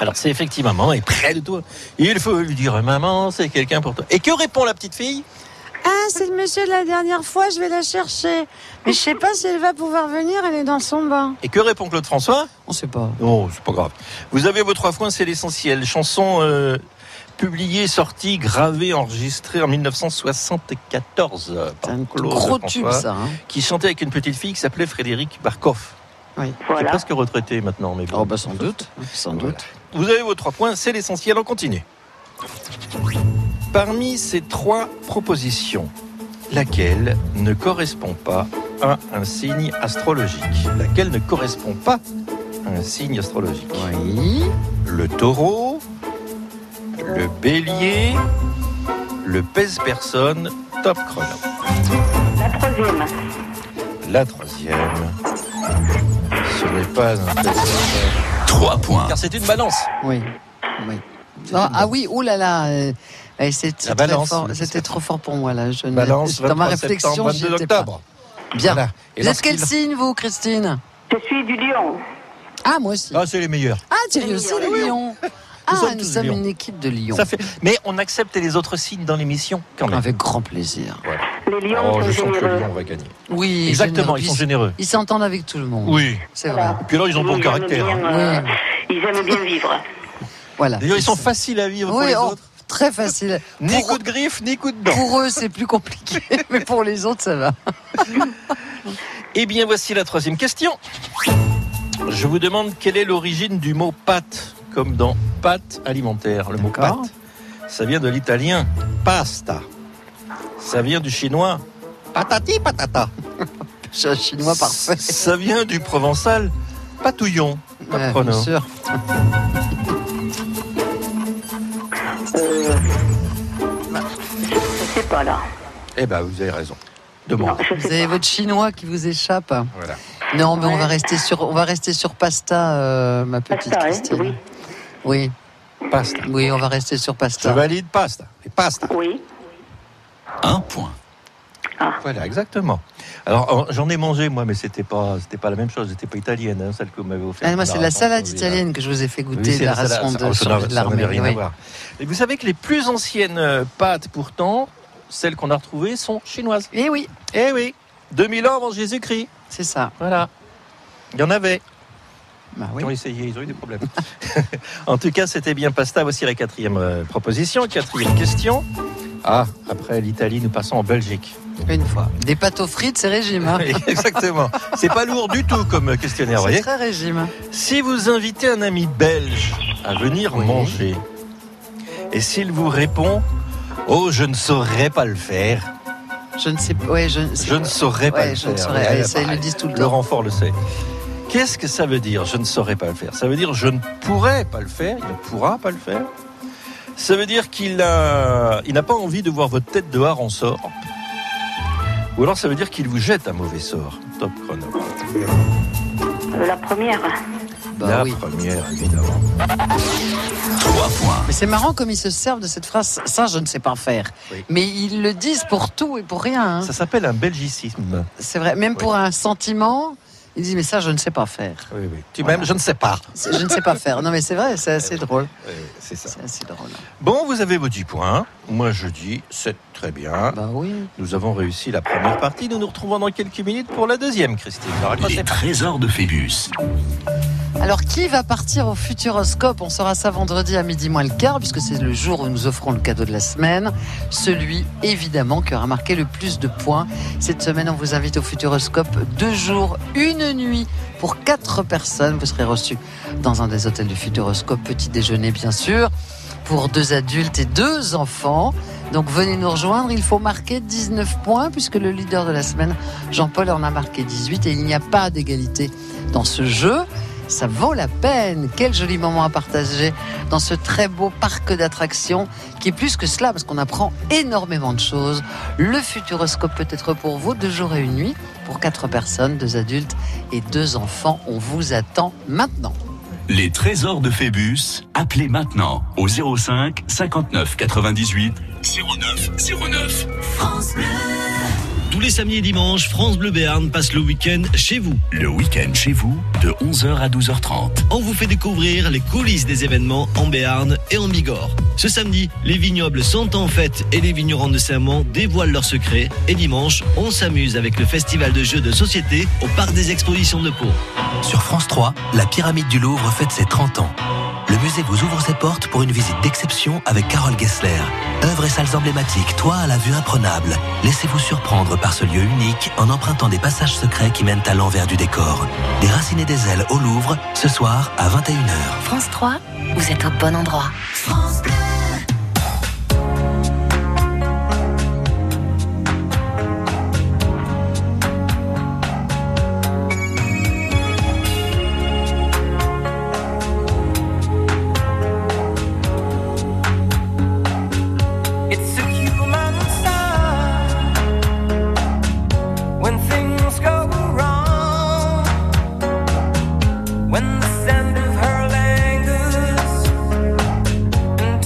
Speaker 1: Alors, c'est effectivement, maman est près de toi. Il faut lui dire, maman, c'est quelqu'un pour toi. Et que répond la petite fille
Speaker 9: Ah, c'est le monsieur de la dernière fois, je vais la chercher. Mais je sais pas si elle va pouvoir venir, elle est dans son bain.
Speaker 1: Et que répond Claude François
Speaker 3: On sait pas.
Speaker 1: Non, Oh, c'est pas grave. Vous avez vos trois points, c'est l'essentiel. Chanson euh, publiée, sortie, gravée, enregistrée en 1974 euh,
Speaker 3: C'est
Speaker 1: par
Speaker 3: un
Speaker 1: Claude
Speaker 3: gros
Speaker 1: François,
Speaker 3: tube, ça. hein.
Speaker 1: qui chantait avec une petite fille qui s'appelait Frédéric Barkoff. Qui est
Speaker 6: Voilà.
Speaker 1: presque retraité maintenant, mais bon.
Speaker 3: Oh, bah, sans doute. Sans
Speaker 1: Voilà.
Speaker 3: doute.
Speaker 1: Vous avez vos trois points, c'est l'essentiel. On continue. Parmi ces trois propositions, laquelle ne correspond pas à un signe astrologique Laquelle ne correspond pas à un signe astrologique
Speaker 3: Oui.
Speaker 1: le taureau, le bélier, le pèse-personne, top chrono.
Speaker 6: La troisième.
Speaker 1: La troisième, ce n'est pas un pèse-personne.
Speaker 2: 3 points.
Speaker 1: Car c'est une balance.
Speaker 3: Oui. oui. Non, ah oui, oulala. Là là, euh, eh, c'est- c'est
Speaker 1: La
Speaker 3: très
Speaker 1: balance,
Speaker 3: fort.
Speaker 1: mais qu'est-ce
Speaker 3: C'était
Speaker 1: que-
Speaker 3: trop fort pour moi, là. Je ne-
Speaker 1: Balance,
Speaker 3: dans
Speaker 1: 23
Speaker 3: ma réflexion,
Speaker 1: septembre,
Speaker 3: j'y
Speaker 1: 22
Speaker 3: étais pas.
Speaker 1: octobre.
Speaker 3: Bien.
Speaker 1: Voilà. Et
Speaker 3: vous êtes
Speaker 1: lorsqu'il-
Speaker 3: quel signe, vous, Christine
Speaker 6: Je suis du Lion.
Speaker 3: Ah, moi aussi.
Speaker 1: Ah, c'est les meilleurs.
Speaker 3: Ah, tu es aussi les lions. Ah,
Speaker 1: sommes
Speaker 3: nous
Speaker 1: tous
Speaker 3: sommes
Speaker 1: lions.
Speaker 3: une équipe de lions.
Speaker 1: Ça fait... Mais on accepte les autres signes dans l'émission quand même.
Speaker 3: Avec grand plaisir.
Speaker 6: Les lions
Speaker 1: Oh,
Speaker 6: sont
Speaker 1: je sens que
Speaker 6: généreux.
Speaker 1: Lyon va gagner.
Speaker 3: Oui,
Speaker 1: Exactement, ils sont
Speaker 3: généreux.
Speaker 1: généreux.
Speaker 3: Ils s'entendent avec tout le monde.
Speaker 1: Oui.
Speaker 3: C'est
Speaker 6: Voilà.
Speaker 3: vrai.
Speaker 1: Et puis alors, ils ont
Speaker 6: Oui,
Speaker 1: bon
Speaker 6: aiment
Speaker 1: caractère.
Speaker 6: bien,
Speaker 1: hein.
Speaker 6: euh, Ils aiment bien vivre.
Speaker 3: Voilà.
Speaker 1: D'ailleurs, ils sont faciles à vivre pour
Speaker 3: Oui,
Speaker 1: les
Speaker 3: oh,
Speaker 1: autres.
Speaker 3: très facile.
Speaker 1: Ni
Speaker 3: Pour,
Speaker 1: coup de griffe, ni coup de dent.
Speaker 3: pour eux, c'est plus compliqué, mais pour les autres, ça va.
Speaker 1: Eh bien, voici la troisième question. Je vous demande quelle est l'origine du mot pâte, comme dans pâte alimentaire. Le mot
Speaker 3: D'accord.
Speaker 1: pâte, ça vient de l'italien pasta. Ça vient du chinois patati patata.
Speaker 3: Je suis un chinois parfait.
Speaker 1: Ça vient du provençal patouillon. Pas de
Speaker 3: Ouais,
Speaker 1: pronom.
Speaker 3: bien sûr.
Speaker 6: Euh, pas là.
Speaker 10: Eh ben, vous avez raison.
Speaker 6: Non,
Speaker 1: Demande.
Speaker 6: je
Speaker 3: Vous
Speaker 6: sais
Speaker 3: avez
Speaker 6: pas.
Speaker 3: votre chinois qui vous échappe.
Speaker 10: Voilà.
Speaker 3: Non, mais on va
Speaker 6: Ouais.
Speaker 3: rester sur, on va rester sur pasta, euh, ma petite
Speaker 6: Pasta, hein,
Speaker 3: Christine.
Speaker 6: oui.
Speaker 3: oui.
Speaker 10: Pasta.
Speaker 3: oui, on va rester sur
Speaker 10: Je
Speaker 3: pasta.
Speaker 10: valide pasta. Et pasta.
Speaker 6: Oui.
Speaker 2: Un point.
Speaker 1: Voilà, exactement. Alors, en- j'en ai mangé, moi, mais c'était pas, c'était pas la même chose. C'était pas italienne, hein, celle que vous m'avez offerte.
Speaker 3: Ah, moi, c'est la salade
Speaker 1: oui, là.
Speaker 3: italienne que je vous ai fait
Speaker 1: Oui,
Speaker 3: goûter,
Speaker 1: c'est
Speaker 3: de la
Speaker 1: salade.
Speaker 3: ration
Speaker 1: Ça,
Speaker 3: de
Speaker 1: ça n'avait-
Speaker 3: survie de
Speaker 1: ça n'avait
Speaker 3: l'armée.
Speaker 1: rien à
Speaker 3: oui.
Speaker 1: voir. Et vous savez que les plus anciennes euh, pâtes, pourtant, celles qu'on a retrouvées, sont chinoises.
Speaker 3: Eh oui,
Speaker 1: Eh oui, 2000 ans avant Jésus-Christ.
Speaker 3: c'est ça.
Speaker 1: Voilà. Il y en avait.
Speaker 3: Bah oui.
Speaker 1: Ils ont essayé, ils ont eu des problèmes. en tout cas, c'était bien pasta. Voici la quatrième euh, proposition, quatrième question. Ah, après l'Italie, nous passons en Belgique.
Speaker 3: Une fois. Des pâtes aux frites, c'est régime. hein.
Speaker 1: Exactement. C'est pas lourd du tout comme euh, questionnaire, vous
Speaker 3: C'est
Speaker 1: voyez.
Speaker 3: très régime. hein.
Speaker 1: Si vous invitez un ami belge à venir manger, et s'il vous répond Oh, je ne saurais pas le faire,
Speaker 3: Je ne sais pas. Ouais, je,
Speaker 1: je ne saurais pas
Speaker 3: ouais,
Speaker 1: le
Speaker 3: je
Speaker 1: faire.
Speaker 3: ne saurais.
Speaker 1: Ouais,
Speaker 3: Ouais, ça, ils
Speaker 1: pareil.
Speaker 3: le disent tout le temps.
Speaker 1: Laurent Fort le sait. Qu'est-ce que ça veut dire Je ne saurais pas le faire. Ça veut dire je ne pourrais pas le faire, il ne pourra pas le faire. Ça veut dire qu'il a, il n'a pas envie de voir votre tête de hare en sort. Ou alors ça veut dire qu'il vous jette un mauvais sort. Top chrono.
Speaker 6: Euh, la première.
Speaker 3: Bah
Speaker 1: La
Speaker 3: oui.
Speaker 1: première, évidemment.
Speaker 2: Trois points.
Speaker 3: Mais c'est marrant comme ils se servent de cette phrase. Ça, je ne sais pas faire.
Speaker 1: Oui.
Speaker 3: Mais ils le disent pour tout et pour rien. hein.
Speaker 1: Ça s'appelle un belgicisme.
Speaker 3: C'est vrai. Même pour un sentiment, ils disent mais ça, je ne sais pas faire.
Speaker 1: Oui, oui. Tu
Speaker 3: Voilà.
Speaker 1: m'aimes, je ne sais pas.
Speaker 3: C'est- Je ne sais pas faire. Non, mais c'est vrai. C'est assez drôle.
Speaker 1: Oui, c'est ça.
Speaker 3: C'est assez drôle.
Speaker 1: Bon, vous avez vos 10 points. Moi, je dis, c'est très bien.
Speaker 3: Bah oui.
Speaker 1: Nous avons réussi la première partie. Nous nous retrouvons dans quelques minutes pour la deuxième, Christine. Ne raccrochez
Speaker 2: Les
Speaker 1: pas.
Speaker 2: trésors de Phébus.
Speaker 3: Alors, qui va partir au Futuroscope On saura ça vendredi à midi moins le quart, puisque c'est le jour où nous offrons le cadeau de la semaine. Celui, évidemment, qui aura marqué le plus de points. Cette semaine, on vous invite au Futuroscope deux jours, une nuit, pour quatre personnes. Vous serez reçus dans un des hôtels du Futuroscope, petit déjeuner, bien sûr, pour deux adultes et deux enfants. Donc, venez nous rejoindre. Il faut marquer 19 points, puisque le leader de la semaine, Jean-Paul, en a marqué 18, et il n'y a pas d'égalité dans ce jeu. Ça vaut la peine. Quel joli moment à partager dans ce très beau parc d'attractions qui est plus que cela parce qu'on apprend énormément de choses. Le futuroscope peut-être pour vous, deux jours et une nuit pour quatre personnes, deux adultes et deux enfants. On vous attend maintenant.
Speaker 2: Les trésors de Phébus. Appelez maintenant au 05 59 98 09 09.
Speaker 11: Tous les samedis et dimanches, France Bleu Béarn passe le week-end chez vous.
Speaker 2: Le week-end chez vous de 11h à 12h30.
Speaker 11: On vous fait découvrir les coulisses des événements en Béarn et en Bigorre. Ce samedi, les vignobles sont en fête et les vignerons de Saint-Mont dévoilent leurs secrets. Et dimanche, on s'amuse avec le festival de jeux de société au parc des expositions de Pau.
Speaker 12: Sur France 3, la pyramide du Louvre fête ses 30 ans. Le musée vous ouvre ses portes pour une visite d'exception avec Carole Gessler. Œuvres et salles emblématiques, toits à la vue imprenable. Laissez-vous surprendre par ce lieu unique en empruntant des passages secrets qui mènent à l'envers du décor. Des racines et des ailes au Louvre, ce soir à 21h.
Speaker 8: France 3, vous êtes au bon endroit.
Speaker 5: It's a human sign when things go wrong. When the sound of her languors and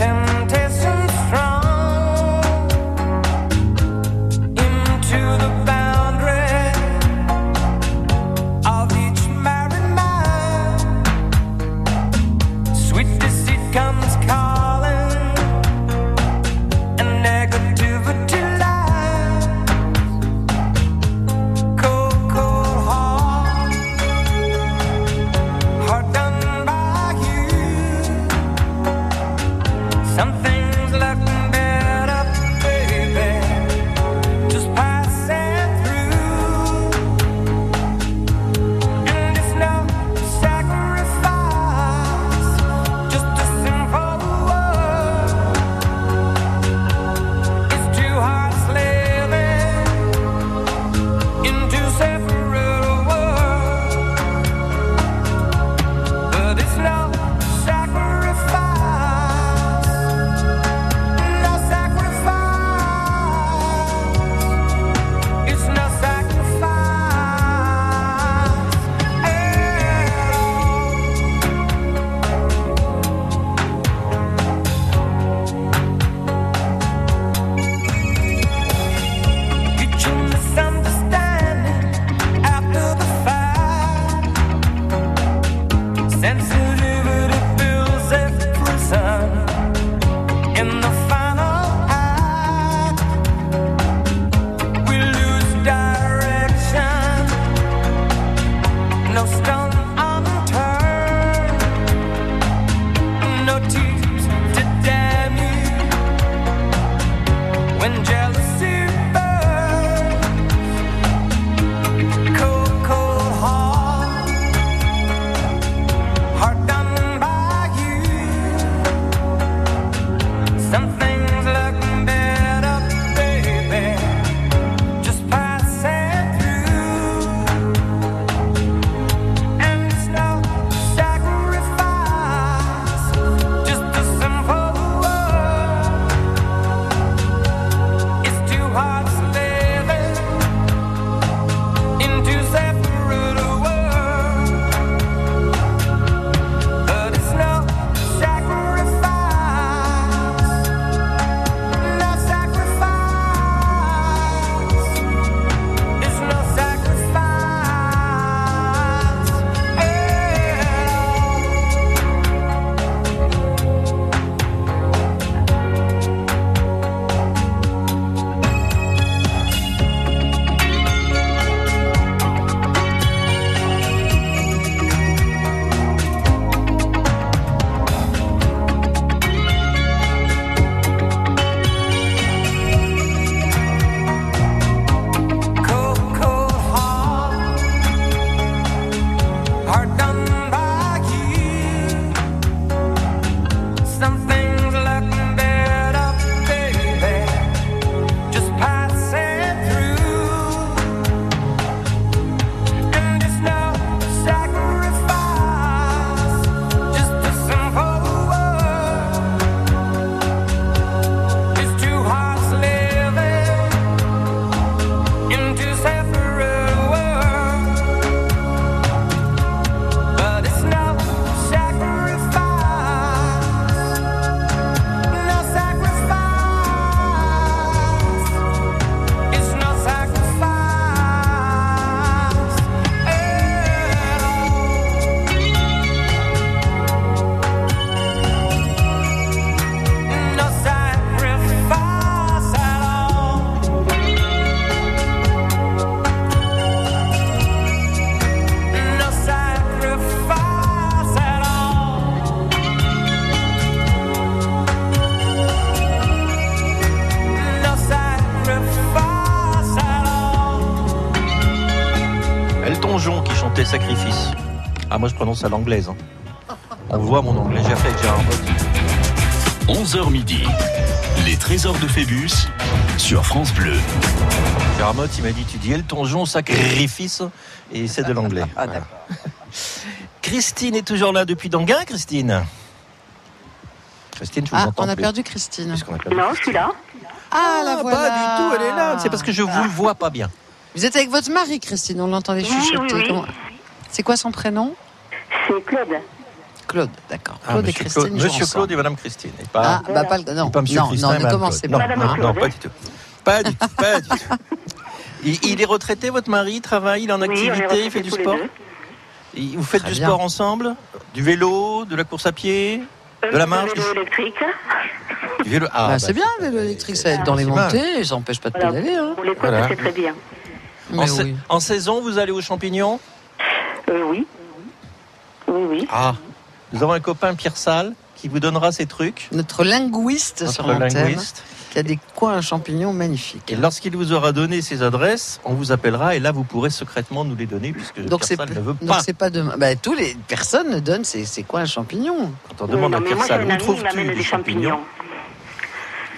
Speaker 1: volonté, sacrifice. Ah, moi, je prononce à l'anglaise. hein. On voit mon anglais, j'ai fait avec Gérard Box.
Speaker 2: 11h midi, les trésors de Phébus sur France Bleu.
Speaker 1: Gérard Motte, il m'a dit, tu dis le tonjon, sacrifice, et c'est de l'anglais. Voilà. Christine est toujours là depuis Danguin, Christine Christine, je vous
Speaker 3: Ah,
Speaker 1: entends
Speaker 3: on a
Speaker 1: plus.
Speaker 3: perdu Christine.
Speaker 1: Puisqu'on a perdu
Speaker 6: Non, je suis là.
Speaker 3: Ah, la
Speaker 1: Ah,
Speaker 3: voilà. Ah.
Speaker 1: Pas du tout, elle est là. C'est parce que je vous le vois pas bien.
Speaker 3: Vous êtes avec votre mari, Christine, on l'entend les
Speaker 6: Oui,
Speaker 3: chuchoter.
Speaker 6: oui, oui.
Speaker 3: Comment- C'est quoi son prénom
Speaker 6: C'est Claude.
Speaker 3: Claude, d'accord.
Speaker 1: Ah,
Speaker 3: Claude et
Speaker 1: monsieur
Speaker 3: Christine.
Speaker 1: Claude,
Speaker 3: jouent
Speaker 1: monsieur
Speaker 3: ensemble.
Speaker 1: Claude et Madame Christine. Et
Speaker 3: Ah,
Speaker 1: pas,
Speaker 3: bah, pas le-
Speaker 1: et
Speaker 3: non,
Speaker 1: pas Monsieur
Speaker 3: non,
Speaker 1: Christin
Speaker 3: non,
Speaker 1: et
Speaker 3: ne
Speaker 1: Madame
Speaker 3: commencez
Speaker 1: Claude.
Speaker 3: pas.
Speaker 1: hein. Non,
Speaker 3: Madame
Speaker 1: non, non,
Speaker 3: Claude.
Speaker 1: pas du tout. Pas du tout, pas du tout. Il, il est retraité, votre mari, il travaille, il est en
Speaker 6: Oui, on est
Speaker 1: activité, il
Speaker 6: retraités
Speaker 1: fait du
Speaker 6: tous les
Speaker 1: sport
Speaker 6: deux.
Speaker 1: Il- Vous faites
Speaker 3: Très
Speaker 1: du
Speaker 3: bien.
Speaker 1: sport ensemble Du vélo, de la course à pied, de la marche
Speaker 6: Euh, vélo électrique.
Speaker 1: du vélo. Ah,
Speaker 3: Bah,
Speaker 1: bah,
Speaker 3: c'est bien, le vélo électrique, ça aide dans les
Speaker 1: c'est mal.
Speaker 3: montées, ça n'empêche pas de
Speaker 6: Voilà.
Speaker 3: pédaler. Hein.
Speaker 6: Pour les côtes,
Speaker 1: Voilà.
Speaker 6: c'est très bien.
Speaker 1: En,
Speaker 3: Mais
Speaker 1: sa-
Speaker 3: oui.
Speaker 1: en saison, vous allez aux champignons
Speaker 6: Euh, oui. Oui, oui.
Speaker 1: Ah, nous avons un copain, Pierre Salle, qui vous donnera ses trucs.
Speaker 3: Notre linguiste sur
Speaker 1: Notre
Speaker 3: l'antenne,
Speaker 1: linguiste.
Speaker 3: qui a des coins à champignons magnifiques.
Speaker 1: Et lorsqu'il vous aura donné ses adresses, on vous appellera et là vous pourrez secrètement nous les donner puisque
Speaker 3: Donc c'est
Speaker 1: Pierre Salle ne veut
Speaker 3: donc
Speaker 1: pas.
Speaker 3: c'est pas demain. Bah, tous les personnes ne donnent c'est c'est quoi un champignon
Speaker 1: Quand on demande
Speaker 6: Euh, non,
Speaker 1: à
Speaker 6: mais
Speaker 1: Pierre
Speaker 6: moi, j'ai
Speaker 1: Salle
Speaker 6: un
Speaker 1: où
Speaker 6: ami, il m'amène
Speaker 1: trouves-tu des champignons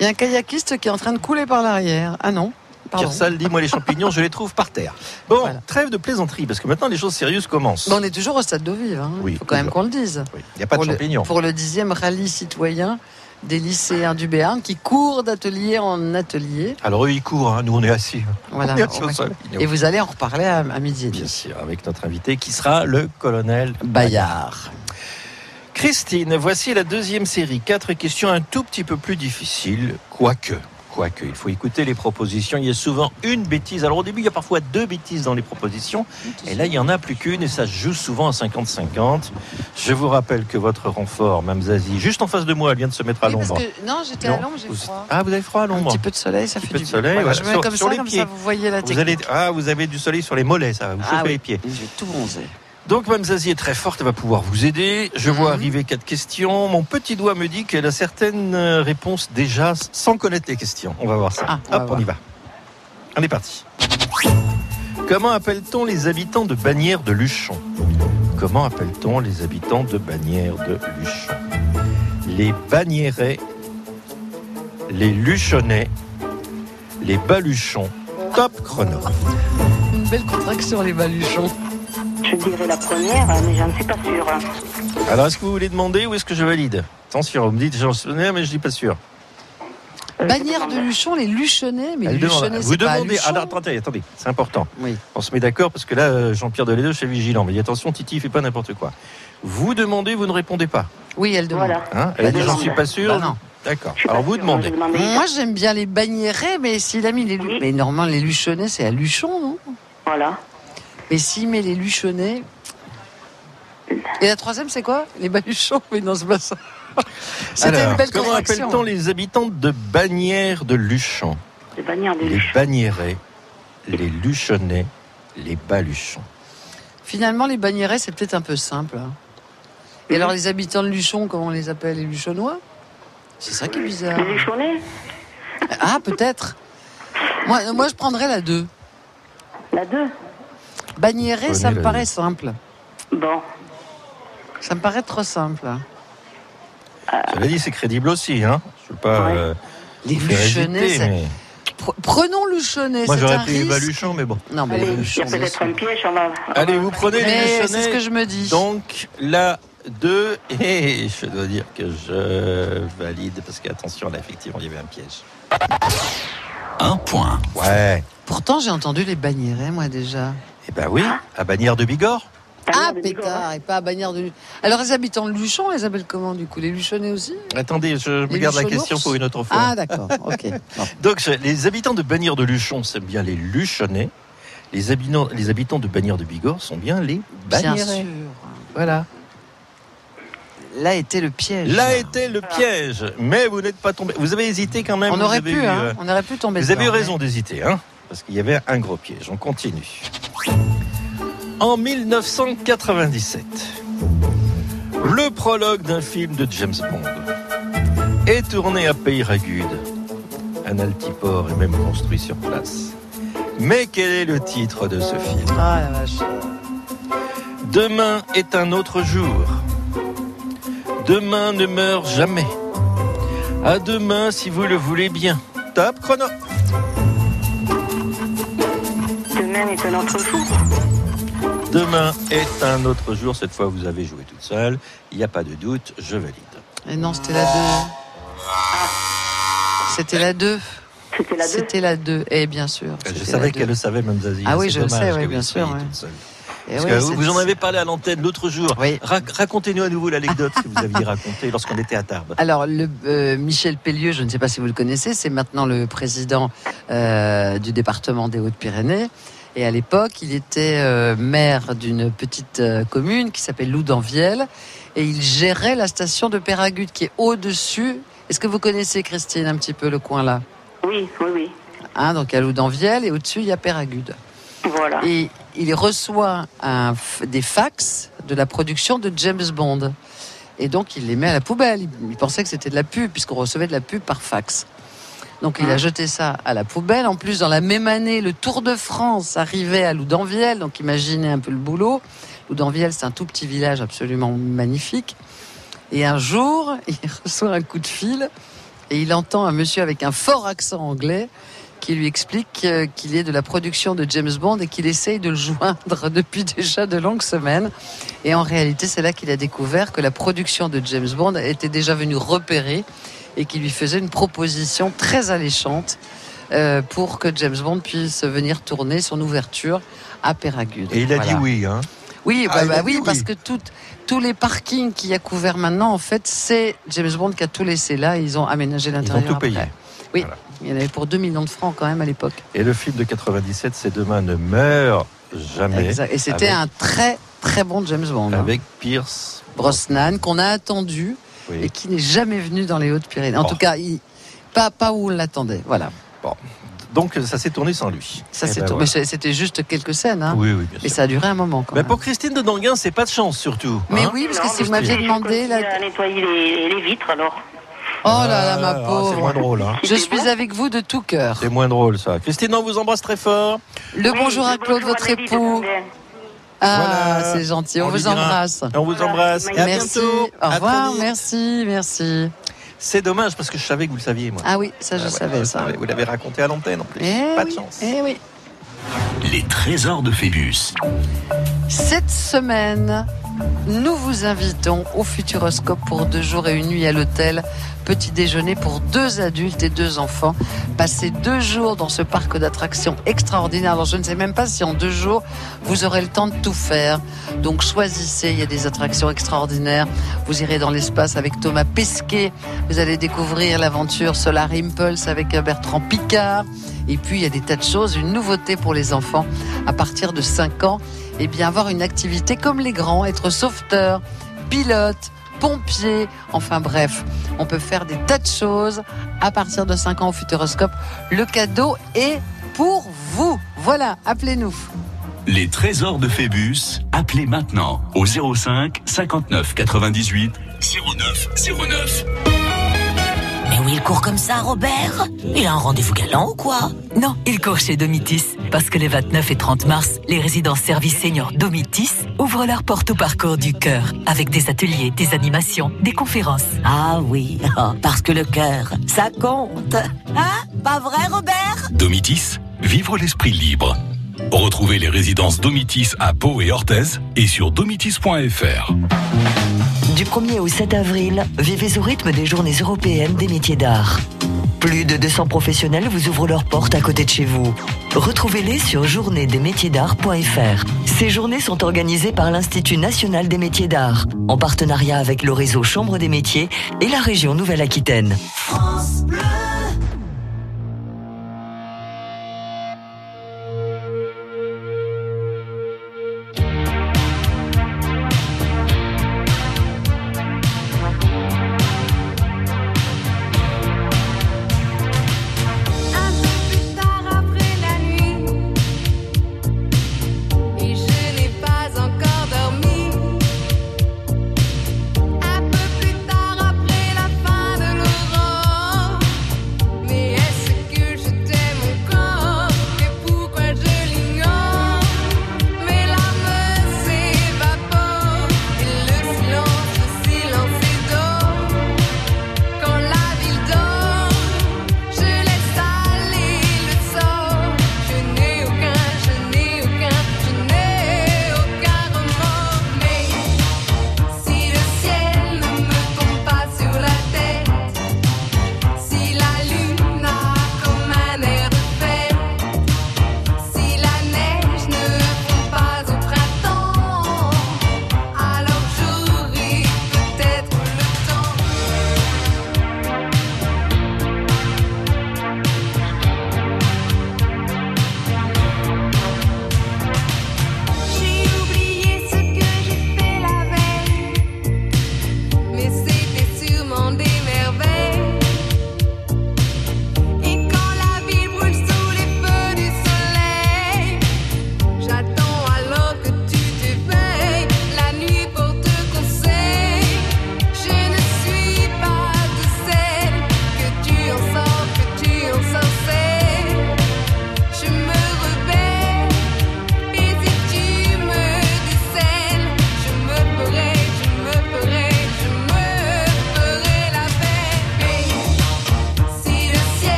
Speaker 3: Il y a un kayakiste qui est en train de couler par l'arrière. Ah non, pardon.
Speaker 1: Pierre Salle dit moi les champignons je les trouve par terre. Bon,
Speaker 3: Voilà.
Speaker 1: trêve de plaisanterie parce que maintenant les choses sérieuses commencent.
Speaker 3: Bah, on est toujours au stade d'eau vive. hein. Il
Speaker 1: Oui,
Speaker 3: faut quand même
Speaker 1: toujours.
Speaker 3: qu'on le dise.
Speaker 1: Oui, Il n'y a pas
Speaker 3: pour,
Speaker 1: de champignons.
Speaker 3: Le, pour le dixième rallye citoyen des lycéens du Béarn qui courent d'atelier en atelier.
Speaker 1: Alors eux ils courent, hein, nous on est assis.
Speaker 3: Voilà.
Speaker 1: On est assis
Speaker 3: On
Speaker 1: au
Speaker 3: va-
Speaker 1: champignon.
Speaker 3: Et vous allez en reparler à, à midi et
Speaker 1: Bien
Speaker 3: demi.
Speaker 1: sûr, avec notre invité qui sera le colonel
Speaker 3: Bayard.
Speaker 1: Christine, voici la deuxième série. Quatre questions un tout petit peu plus difficiles, quoique. Quoique, il faut écouter les propositions. Il y a souvent une bêtise. Alors au début, il y a parfois deux bêtises dans les propositions. Et là, il y en a plus qu'une et ça se joue souvent à 50-50. Je vous rappelle que votre renfort, Mme Zazie, juste en face de moi, elle vient de se mettre à
Speaker 3: Oui, parce
Speaker 1: l'ombre.
Speaker 3: que- non, j'étais
Speaker 1: Non,
Speaker 3: à Londres, j'ai
Speaker 1: vous-
Speaker 3: froid.
Speaker 1: Ah, vous avez froid à
Speaker 3: Un
Speaker 1: l'ombre
Speaker 3: petit peu de soleil, ça
Speaker 1: petit
Speaker 3: fait
Speaker 1: peu
Speaker 3: du
Speaker 1: de
Speaker 3: bien.
Speaker 1: soleil,
Speaker 3: Voilà,
Speaker 1: voilà.
Speaker 3: Je me mets
Speaker 1: Sur-
Speaker 3: comme
Speaker 1: sur
Speaker 3: ça,
Speaker 1: les
Speaker 3: comme
Speaker 1: pieds.
Speaker 3: ça, vous voyez la
Speaker 1: vous
Speaker 3: technique.
Speaker 1: allez, ah, vous avez du soleil sur les mollets, ça va vous chauffer
Speaker 3: Ah oui.
Speaker 1: les pieds.
Speaker 3: Je vais tout bronzer.
Speaker 1: Donc, Mme Zazie est très forte, elle va pouvoir vous aider. Je vois
Speaker 3: Mhm.
Speaker 1: arriver quatre questions. Mon petit doigt me dit qu'elle a certaines euh, réponses déjà s- sans connaître les questions. On va voir ça.
Speaker 3: Ah, on va
Speaker 1: Hop, on
Speaker 3: voir.
Speaker 1: y va. On est parti. Comment appelle-t-on les habitants de Bagnères de Luchon Comment appelle-t-on les habitants de Bagnères de Luchon Les Bagnérais, les Luchonnais, les Baluchons. Top chrono.
Speaker 3: Une belle contraction, les baluchons.
Speaker 6: Je dirais la première, mais j'en suis pas sûre.
Speaker 1: Alors, est-ce que vous voulez demander ou est-ce que je valide Attention, vous me dites j'en souviens, mais je dis pas sûr.
Speaker 3: Bannière de Luchon, les Luchonnais, mais
Speaker 1: Elle demande-
Speaker 3: Luchonnais,
Speaker 1: vous
Speaker 3: c'est pas
Speaker 1: demandez.
Speaker 3: Luchon.
Speaker 1: Alors, attendez, attendez, c'est important.
Speaker 3: Oui.
Speaker 1: On se met d'accord parce que là, euh, Jean-Pierre Delédeux, je suis vigilant. Mais dis attention, Titi, il fait pas n'importe quoi. Vous demandez, vous ne répondez pas.
Speaker 3: Oui, elle demande.
Speaker 6: Voilà.
Speaker 1: Hein Elle dit
Speaker 3: Bah,
Speaker 1: j'en
Speaker 3: non.
Speaker 1: suis pas sûr.
Speaker 3: Bah, non.
Speaker 1: D'accord.
Speaker 6: Je suis
Speaker 1: Alors,
Speaker 6: pas
Speaker 1: vous
Speaker 6: sûre, hein,
Speaker 1: demandez.
Speaker 6: je demandais.
Speaker 3: Moi, j'aime bien les bagnérais, mais s'il a mis les. Lu-
Speaker 6: Oui.
Speaker 3: Mais normalement, les Luchonnais, c'est à Luchon, non
Speaker 6: Voilà.
Speaker 3: Mais s'il met les Luchonnais. Et la troisième, c'est quoi Les baluchons, mais non, c'est pas ça. C'était
Speaker 1: Alors,
Speaker 3: une belle
Speaker 1: comment
Speaker 3: contraction.
Speaker 1: appelle-t-on les habitants de Bagnères de Luchon
Speaker 6: De bannière de
Speaker 1: Les
Speaker 6: Luchon.
Speaker 1: Bagnérais, les Luchonnais, les Baluchons.
Speaker 3: Finalement, les bagnérais, c'est peut-être un peu simple. hein.
Speaker 6: Mhm.
Speaker 3: Et alors, les habitants de Luchon, comment on les appelle Les Luchonnois C'est ça qui est bizarre.
Speaker 6: Les Luchonnais
Speaker 3: Ah, peut-être. Moi, moi, je prendrais la 2.
Speaker 6: La 2
Speaker 3: Bagnérais, ça
Speaker 1: Prenez
Speaker 3: me
Speaker 1: la
Speaker 3: paraît simple.
Speaker 6: Bon.
Speaker 3: Ça me paraît trop simple. hein.
Speaker 1: Cela dit, c'est crédible aussi. Hein je ne veux pas.
Speaker 6: Ouais.
Speaker 1: euh,
Speaker 3: Les
Speaker 1: vous faire
Speaker 3: Luchonnais,
Speaker 1: hésiter,
Speaker 3: c'est-
Speaker 1: mais-
Speaker 3: Pre- Prenons Luchonnais,
Speaker 1: Moi,
Speaker 3: c'est
Speaker 1: j'aurais
Speaker 3: un
Speaker 1: pris les
Speaker 3: risque.
Speaker 1: Baluchons, mais bon.
Speaker 3: Non, mais les
Speaker 6: Allez, il y
Speaker 3: Luchons,
Speaker 6: a
Speaker 3: bien
Speaker 6: peut-être
Speaker 3: sûr.
Speaker 6: un piège, on va.
Speaker 1: Ah Allez, vous prenez les
Speaker 3: Mais
Speaker 1: Luchonnais.
Speaker 3: c'est ce que je me dis.
Speaker 1: Donc la 2 et je dois dire que je valide parce qu'attention là effectivement il y avait un piège.
Speaker 2: Un point.
Speaker 1: Ouais.
Speaker 3: Pourtant, j'ai entendu les bagnérais, moi, déjà.
Speaker 1: Eh ben oui, à Bagnères de Bigorre.
Speaker 3: Ah,
Speaker 6: Bannière de Bigorre, hein.
Speaker 3: pétard, et pas à Bagnères de Luchon. Alors, les habitants de Luchon, on les appellent comment, du coup Les Luchonnais aussi
Speaker 1: Attendez, je me
Speaker 3: Les
Speaker 1: garde la
Speaker 3: Luchonours
Speaker 1: question pour une autre fois.
Speaker 3: Ah, d'accord, ok. Bon.
Speaker 1: Donc je- les habitants de Bagnères de Luchon, c'est bien les Luchonnais. Les habitants, les habitants de Bagnères de Bigorre sont bien les
Speaker 3: Bien
Speaker 1: Bagnères.
Speaker 3: sûr.
Speaker 1: Voilà.
Speaker 3: Là était le piège.
Speaker 1: Là était le piège, mais vous n'êtes pas tombé. Vous avez hésité quand même.
Speaker 3: On
Speaker 1: vous
Speaker 3: aurait
Speaker 1: avez
Speaker 3: pu,
Speaker 1: eu, euh,
Speaker 3: hein, on aurait pu tomber
Speaker 1: Vous avez eu
Speaker 3: dedans,
Speaker 1: raison d'hésiter, hein Parce qu'il y avait un gros piège. On continue. En 1997, le prologue d'un film de James Bond est tourné à Peyragude. Un altiport est même construit sur place. Mais quel est le titre de ce film
Speaker 3: mais- Ah, la vache.
Speaker 1: Demain est un autre jour. Demain ne meurt jamais. À demain si vous le voulez bien. Top chrono.
Speaker 6: hein. Demain est un autre jour.
Speaker 1: Demain est un autre jour. Cette fois, vous avez joué toute seule. Il n'y a pas de doute, je valide.
Speaker 3: Et non, c'était la 2. C'était la 2.
Speaker 6: C'était la 2.
Speaker 3: C'était la 2. Eh bien sûr.
Speaker 1: Je
Speaker 3: c'était
Speaker 1: savais
Speaker 3: la
Speaker 1: qu'elle
Speaker 3: deux.
Speaker 1: le savait, même Zazie.
Speaker 3: Ah oui,
Speaker 1: C'est
Speaker 3: je le
Speaker 1: dommage
Speaker 3: sais,
Speaker 1: que
Speaker 3: oui,
Speaker 1: vous
Speaker 3: bien
Speaker 1: le
Speaker 3: sûr.
Speaker 1: soyez
Speaker 3: ouais.
Speaker 1: toute seule.
Speaker 3: Eh
Speaker 1: Parce
Speaker 3: oui,
Speaker 1: que
Speaker 3: c'est-
Speaker 1: vous, vous en avez parlé à l'antenne l'autre jour. Rac- Racontez-nous à nouveau l'anecdote que vous aviez racontée lorsqu'on était à Tarbes.
Speaker 3: Alors, le, euh, Michel Pellieu, je ne sais pas si vous le connaissez, c'est maintenant le président euh, du département des Hautes-Pyrénées. Et à l'époque, il était euh, maire d'une petite euh, commune qui s'appelle Loudanvielle. Et il gérait la station de Péragude qui est au-dessus. Est-ce que vous connaissez, Christine, un petit peu le coin là
Speaker 6: Oui, oui, oui.
Speaker 3: Hein, donc à Loudanvielle et au-dessus il y a Péragude.
Speaker 6: Voilà.
Speaker 3: Et il reçoit un f- des fax de la production de James Bond. Et donc il les met à la poubelle. Il, il pensait que c'était de la pub puisqu'on recevait de la pub par fax. Donc il a jeté ça à la poubelle. En plus, dans la même année, le Tour de France arrivait à Loudanvielle. Donc imaginez un peu le boulot. Loudanvielle, c'est un tout petit village absolument magnifique. Et un jour, il reçoit un coup de fil et il entend un monsieur avec un fort accent anglais qui lui explique euh, qu'il est de la production de James Bond et qu'il essaye de le joindre depuis déjà de longues semaines. Et en réalité, c'est là qu'il a découvert que la production de James Bond était déjà venue repérer et qui lui faisait une proposition très alléchante euh, pour que James Bond puisse venir tourner son ouverture à Péragude.
Speaker 1: Et il a dit
Speaker 3: Voilà.
Speaker 1: oui, hein
Speaker 3: Oui,
Speaker 1: Ah,
Speaker 3: bah,
Speaker 1: il
Speaker 3: bah
Speaker 1: a dit
Speaker 3: oui,
Speaker 1: oui.
Speaker 3: parce que tout- tous les parkings qu'il y a couverts maintenant, en fait, c'est James Bond qui a tout laissé là. et Ils ont aménagé l'intérieur.
Speaker 1: tout
Speaker 3: après.
Speaker 1: payé.
Speaker 3: Oui, il y en avait pour 2 millions de francs quand même à l'époque.
Speaker 1: Et le film de 97, c'est Demain ne meurt jamais.
Speaker 3: Exact. Et c'était un
Speaker 1: avec,
Speaker 3: très très bon James Bond. hein.
Speaker 1: Avec Pierce.
Speaker 3: Brosnan, qu'on a attendu
Speaker 1: Oui.
Speaker 3: et qui n'est jamais venu dans les Hautes-Pyrénées. En
Speaker 1: Oh.
Speaker 3: tout cas, il- pas, pas où on l'attendait. Voilà.
Speaker 1: Bon. Donc ça s'est tourné sans lui.
Speaker 3: Ça,
Speaker 1: Eh
Speaker 3: c'est
Speaker 1: ben
Speaker 3: tout.
Speaker 1: voilà.
Speaker 3: Mais c'est- c'était juste quelques scènes. hein.
Speaker 1: Oui, oui, bien
Speaker 3: Et
Speaker 1: sûr.
Speaker 3: ça a duré un moment quand
Speaker 1: Mais
Speaker 3: même.
Speaker 1: pour Christine de Danguin, c'est pas de chance surtout.
Speaker 3: Mais
Speaker 1: hein
Speaker 3: oui, parce que
Speaker 6: Non,
Speaker 3: si vous
Speaker 6: mais
Speaker 3: m'aviez
Speaker 6: je
Speaker 3: demandé.
Speaker 6: continue
Speaker 3: là-
Speaker 6: à nettoyer les, les vitres alors.
Speaker 3: Oh là là, ma
Speaker 1: Ah,
Speaker 3: pauvre.
Speaker 1: C'est moins drôle. Hein.
Speaker 3: Je suis avec vous de tout cœur.
Speaker 1: C'est moins drôle ça. Christine, on vous embrasse très fort.
Speaker 3: Le bonjour à Claude, votre époux. Ah,
Speaker 1: Voilà.
Speaker 3: c'est gentil. On,
Speaker 1: On lui
Speaker 3: vous
Speaker 1: dira.
Speaker 3: embrasse.
Speaker 1: On vous embrasse. Et à
Speaker 3: Merci.
Speaker 1: bientôt.
Speaker 3: Au
Speaker 1: À très
Speaker 3: revoir.
Speaker 1: vite.
Speaker 3: Merci, merci.
Speaker 1: C'est dommage parce que je savais que vous le saviez moi.
Speaker 3: Ah oui, ça, je
Speaker 1: Ah ouais,
Speaker 3: savais
Speaker 1: vous
Speaker 3: ça.
Speaker 1: savez, Vous l'avez raconté à l'antenne en plus.
Speaker 3: Eh
Speaker 1: pas
Speaker 3: oui,
Speaker 1: de chance.
Speaker 3: eh oui.
Speaker 2: Les trésors de Phébus.
Speaker 3: Cette semaine, nous vous invitons au Futuroscope pour deux jours et une nuit à l'hôtel. Petit déjeuner pour deux adultes et deux enfants. Passez deux jours dans ce parc d'attractions extraordinaire. Alors, je ne sais même pas si en deux jours, vous aurez le temps de tout faire. Donc, choisissez. Il y a des attractions extraordinaires. Vous irez dans l'espace avec Thomas Pesquet. Vous allez découvrir l'aventure Solar Impulse avec Bertrand Picard. Et puis, il y a des tas de choses. Une nouveauté pour les enfants à partir de 5 ans. Eh bien, avoir une activité comme les grands, être sauveteur, pilote, pompier. Enfin, bref, on peut faire des tas de choses à partir de 5 ans au Futuroscope. Le cadeau est pour vous. Voilà, appelez-nous.
Speaker 2: Les trésors de Phébus. Appelez maintenant au 05 59 98 09 09.
Speaker 8: Mais où il court comme ça, Robert Il a un rendez-vous galant ou quoi Non, il court chez Domitis. Parce que les 29 et 30 mars, les résidences services seniors Domitis ouvrent leurs portes au parcours du cœur. Avec des ateliers, des animations, des conférences. Ah oui, parce que le cœur, ça compte. Hein Pas vrai, Robert
Speaker 2: Domitis, vivre l'esprit libre. Retrouvez les résidences Domitis à Pau et Orthez et sur domitis.fr.
Speaker 13: Du 1er au 7 avril, vivez au rythme des journées européennes des métiers d'art. Plus de 200 professionnels vous ouvrent leurs portes à côté de chez vous. Retrouvez-les sur journéesdesmétiersdart.fr. Ces journées sont organisées par l'Institut national des métiers d'art, en partenariat avec le réseau Chambre des métiers et la région Nouvelle-Aquitaine.
Speaker 14: Un peu plus tard après la nuit, et je n'ai pas encore dormi. Un peu plus tard après la fin de l'aurore,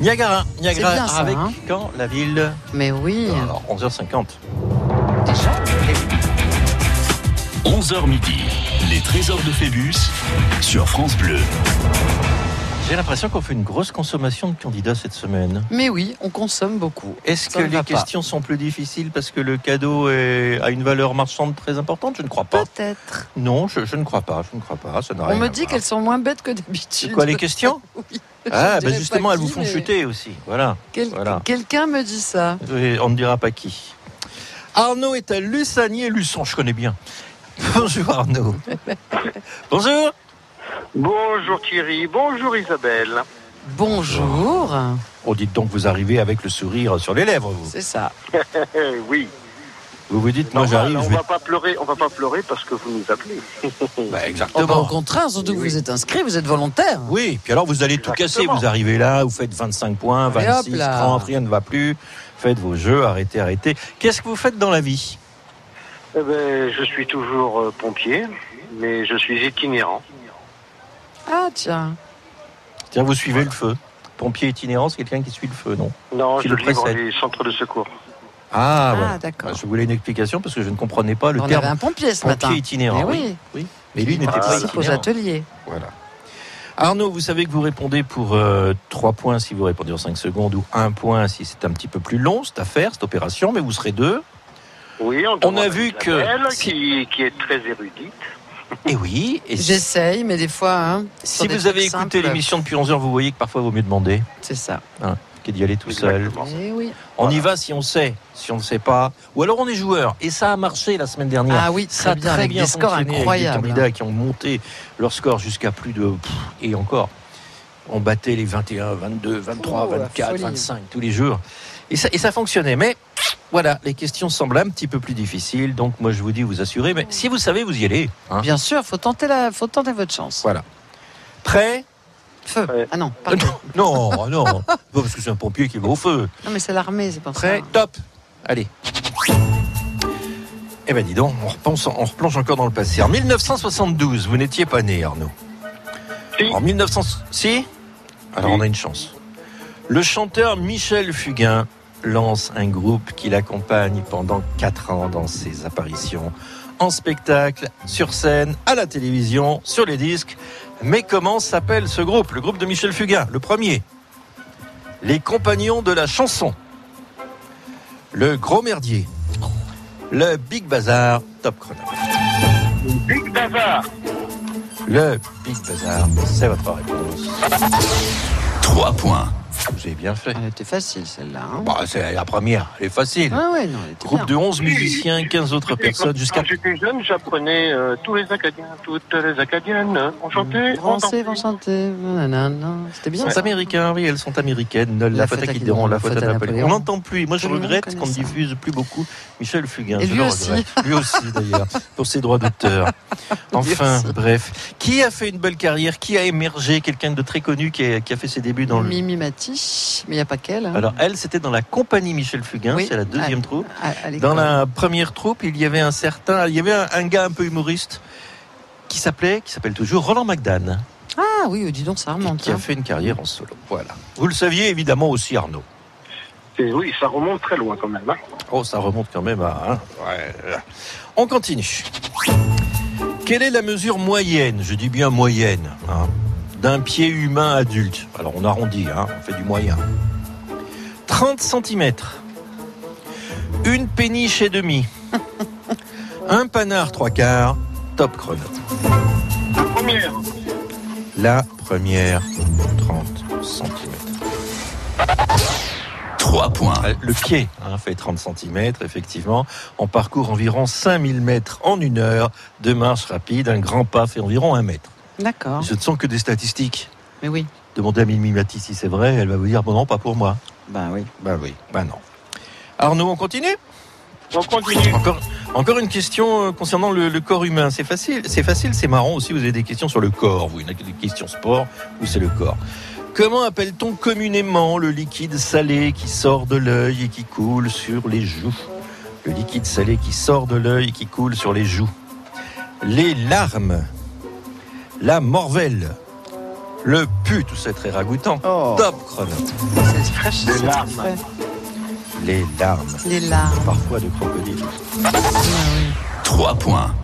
Speaker 1: Niagara, Niagara
Speaker 3: C'est bien ça,
Speaker 1: avec
Speaker 3: hein.
Speaker 1: quand la ville
Speaker 3: Mais oui.
Speaker 1: Alors, 11h50.
Speaker 2: 11h midi, les trésors de Phébus sur France Bleu.
Speaker 1: J'ai l'impression qu'on fait une grosse consommation de candidats cette semaine.
Speaker 3: Mais oui, on consomme beaucoup.
Speaker 1: Est-ce
Speaker 3: Ça
Speaker 1: que
Speaker 3: ne
Speaker 1: les
Speaker 3: va pas.
Speaker 1: questions sont plus difficiles parce que le cadeau est- a une valeur marchande très importante Je ne crois pas.
Speaker 3: Peut-être.
Speaker 1: Non, je, je ne crois pas. Je ne crois pas. Ça n'a
Speaker 3: On
Speaker 1: rien
Speaker 3: me
Speaker 1: à
Speaker 3: dit
Speaker 1: voir.
Speaker 3: qu'elles sont moins bêtes que d'habitude.
Speaker 1: C'est quoi les questions
Speaker 3: Oui.
Speaker 1: Ah,
Speaker 3: Je dirais
Speaker 1: ben
Speaker 3: pas
Speaker 1: justement, elles
Speaker 3: qui,
Speaker 1: vous font
Speaker 3: mais
Speaker 1: chuter aussi. Voilà.
Speaker 3: quel-
Speaker 1: voilà.
Speaker 3: Quelqu'un me dit ça.
Speaker 1: Et on ne dira pas qui. Arnaud est à Lussagné, Luçon, je connais bien. Bonjour Arnaud. Bonjour.
Speaker 15: Bonjour Thierry, bonjour Isabelle.
Speaker 3: Bonjour.
Speaker 1: Oh, dites donc, vous arrivez avec le sourire sur les lèvres, vous.
Speaker 3: C'est ça.
Speaker 15: Eh oui.
Speaker 1: Vous vous dites, moi j'arrive,
Speaker 15: on
Speaker 1: je vais-
Speaker 15: va pas pleurer, on va pas pleurer parce que vous nous appelez.
Speaker 3: Oh, bah, au contraire, surtout que vous êtes inscrit, vous êtes volontaire.
Speaker 1: Oui, puis alors vous allez tout casser. Vous arrivez là, vous faites 25 points,
Speaker 3: Allez, hop
Speaker 1: 26,
Speaker 3: là.
Speaker 1: 30, rien ne va plus. Faites vos jeux, arrêtez, arrêtez. Qu'est-ce que vous faites dans la vie
Speaker 15: Eh ben, je suis toujours euh, pompier, mais je suis itinérant.
Speaker 3: Ah, tiens.
Speaker 1: Tiens, vous suivez le feu. Pompier itinérant, c'est quelqu'un qui suit le feu, non
Speaker 15: Non,
Speaker 1: Qui
Speaker 15: je
Speaker 1: le
Speaker 15: livre
Speaker 1: précède.
Speaker 15: les centres de secours.
Speaker 1: Ah, voilà.
Speaker 3: d'accord.
Speaker 1: Bah, Je voulais une explication parce que je ne comprenais pas le
Speaker 3: On
Speaker 1: terme.
Speaker 3: avait un pompier ce matin.
Speaker 1: itinérant.
Speaker 3: Mais
Speaker 1: oui.
Speaker 3: oui.
Speaker 1: oui. Mais lui
Speaker 3: Il
Speaker 1: n'était pas
Speaker 3: participe aux
Speaker 1: itinérant.
Speaker 3: ateliers.
Speaker 1: Voilà. Arnaud, vous savez que vous répondez pour euh, 3 points si vous répondez en 5 secondes ou 1 point si c'est un petit peu plus long, cette affaire, cette opération, mais vous serez deux.
Speaker 15: Oui, on,
Speaker 1: On a
Speaker 15: demande
Speaker 1: vu
Speaker 15: à
Speaker 1: que
Speaker 15: Isabelle,
Speaker 1: si-
Speaker 15: qui, qui est très érudite.
Speaker 1: Et oui. Et si-
Speaker 3: J'essaye, mais des fois. hein, sur
Speaker 1: si
Speaker 3: des
Speaker 1: vous
Speaker 3: trucs
Speaker 1: avez
Speaker 3: simples.
Speaker 1: écouté l'émission depuis 11h, vous voyez que parfois il vaut mieux demander.
Speaker 3: C'est ça.
Speaker 1: Hein, que d'y aller tout seul.
Speaker 3: Eh oui.
Speaker 1: On y va si on sait, si on ne sait pas. Ou alors on est joueur. Et ça a marché la semaine dernière.
Speaker 3: Ah oui,
Speaker 1: ça a
Speaker 3: très bien, avec des scores
Speaker 1: fonctionné, avec
Speaker 3: incroyables.
Speaker 1: des candidats qui ont monté leur score jusqu'à plus de. pff, Et encore. On battait les 21, 22, 23,
Speaker 3: Oh, la
Speaker 1: 24,
Speaker 3: folie.
Speaker 1: 25 tous les jours. Et ça, et ça fonctionnait. Mais voilà, les questions semblent un petit peu plus difficiles. Donc moi je vous dis, vous assurez. Mais si vous savez, vous y allez. hein.
Speaker 3: Bien sûr, faut tenter, la... faut tenter votre chance.
Speaker 1: Voilà. Prêt
Speaker 3: Feu. Ah non,
Speaker 1: Euh,
Speaker 3: pardon.
Speaker 1: non, non, non. Pas parce que c'est un pompier qui va au feu.
Speaker 3: Non, mais c'est l'armée, c'est pas
Speaker 1: Prêt, top. Allez. Eh ben dis donc, on repense- on replonge encore dans le passé. En 1972, vous n'étiez pas né, Arnaud. En 1900, si Alors on a une chance. Le chanteur Michel Fugain lance un groupe qui l'accompagne pendant 4 ans dans ses apparitions en spectacle, sur scène, à la télévision, sur les disques. Mais comment s'appelle ce groupe Le groupe de Michel Fugain, le premier. Les compagnons de la chanson. Le gros merdier. Le Big Bazar, top chrono.
Speaker 15: Big Bazar.
Speaker 1: Le Big Bazar, c'est votre réponse.
Speaker 2: 3 points.
Speaker 1: Vous avez bien fait.
Speaker 3: Elle était facile celle-là. hein.
Speaker 1: Bah, c'est la première, elle est facile.
Speaker 3: Ah ouais, non, elle était
Speaker 1: Groupe de
Speaker 3: bien.
Speaker 1: 11 musiciens, 15 autres personnes, jusqu'à.
Speaker 15: Quand j'étais jeune, j'apprenais euh, tous les Acadiens, toutes les Acadiennes. euh, On
Speaker 1: Mmh.
Speaker 15: chantait, on
Speaker 3: Français vont chanter. nanana. C'était
Speaker 1: Ils
Speaker 3: bien.
Speaker 1: sont
Speaker 3: ça.
Speaker 1: américains, oui, elles sont américaines. La, faute à Guidon, la faute à Napoléon. On n'entend plus. Moi, je
Speaker 3: Tout le monde
Speaker 1: regrette
Speaker 3: connaît
Speaker 1: qu'on ne
Speaker 3: ça.
Speaker 1: diffuse plus beaucoup Michel Fugain.
Speaker 3: Et
Speaker 1: je
Speaker 3: lui
Speaker 1: le
Speaker 3: aussi.
Speaker 1: regrette. Lui aussi, d'ailleurs, pour ses droits d'auteur. Enfin,
Speaker 3: aussi.
Speaker 1: bref. Qui a fait une belle carrière Qui a émergé Quelqu'un de très connu qui a, qui a fait ses débuts dans le.
Speaker 3: Mimi Mati, mais il n'y a pas qu'elle. hein.
Speaker 1: Alors, elle, c'était dans la compagnie Michel Fugain,
Speaker 3: Oui, Ah,
Speaker 1: c'est la deuxième
Speaker 3: à-
Speaker 1: troupe.
Speaker 3: à- à l'école.
Speaker 1: Dans la première troupe, il y avait un certain, il y avait un, un gars un peu humoriste qui s'appelait, qui s'appelle toujours Roland McDan,
Speaker 3: Ah oui, dis donc, ça remonte.
Speaker 1: qui
Speaker 3: hein.
Speaker 1: a fait une carrière en solo. Voilà. Vous le saviez évidemment aussi, Arnaud.
Speaker 15: Et oui, ça remonte très loin quand même. hein.
Speaker 1: Oh, ça remonte quand même à. hein. Ouais. On continue. Quelle est la mesure moyenne, je dis bien moyenne, hein, d'un pied humain adulte Alors on arrondit, hein, on fait du moyen. 30 cm. Une péniche et demie. Un panard trois quarts. Top chrono.
Speaker 15: La première,
Speaker 1: La première, 30 cm.
Speaker 2: 3 points.
Speaker 1: Euh, Le pied hein, fait 30 cm, effectivement. On parcourt environ 5000 mètres en une heure de marche rapide. Un grand pas fait environ un mètre.
Speaker 3: D'accord.
Speaker 1: Ce ne sont que des statistiques.
Speaker 3: Mais oui.
Speaker 1: Demandez à Mimi Mati si c'est vrai, elle va vous dire bon non, pas pour moi.
Speaker 3: Ben oui.
Speaker 1: Ben oui, ben non. Arnaud, on continue
Speaker 15: On continue.
Speaker 1: Encore, encore une question euh, concernant le, le corps humain. C'est facile, c'est facile, c'est marrant aussi. Vous avez des questions sur le corps, vous, une- des questions sport, ou c'est le corps. Comment appelle-t-on communément le liquide salé qui sort de l'œil et qui coule sur les joues Le liquide salé qui sort de l'œil et qui coule sur les joues. Les larmes. La morvelle. Le pu, tout ça est très ragoûtant. Top chrono.
Speaker 3: Oh. C'est fraîche.
Speaker 1: Les larmes. Les larmes.
Speaker 3: Les larmes.
Speaker 1: Parfois de crocodile. 3 points.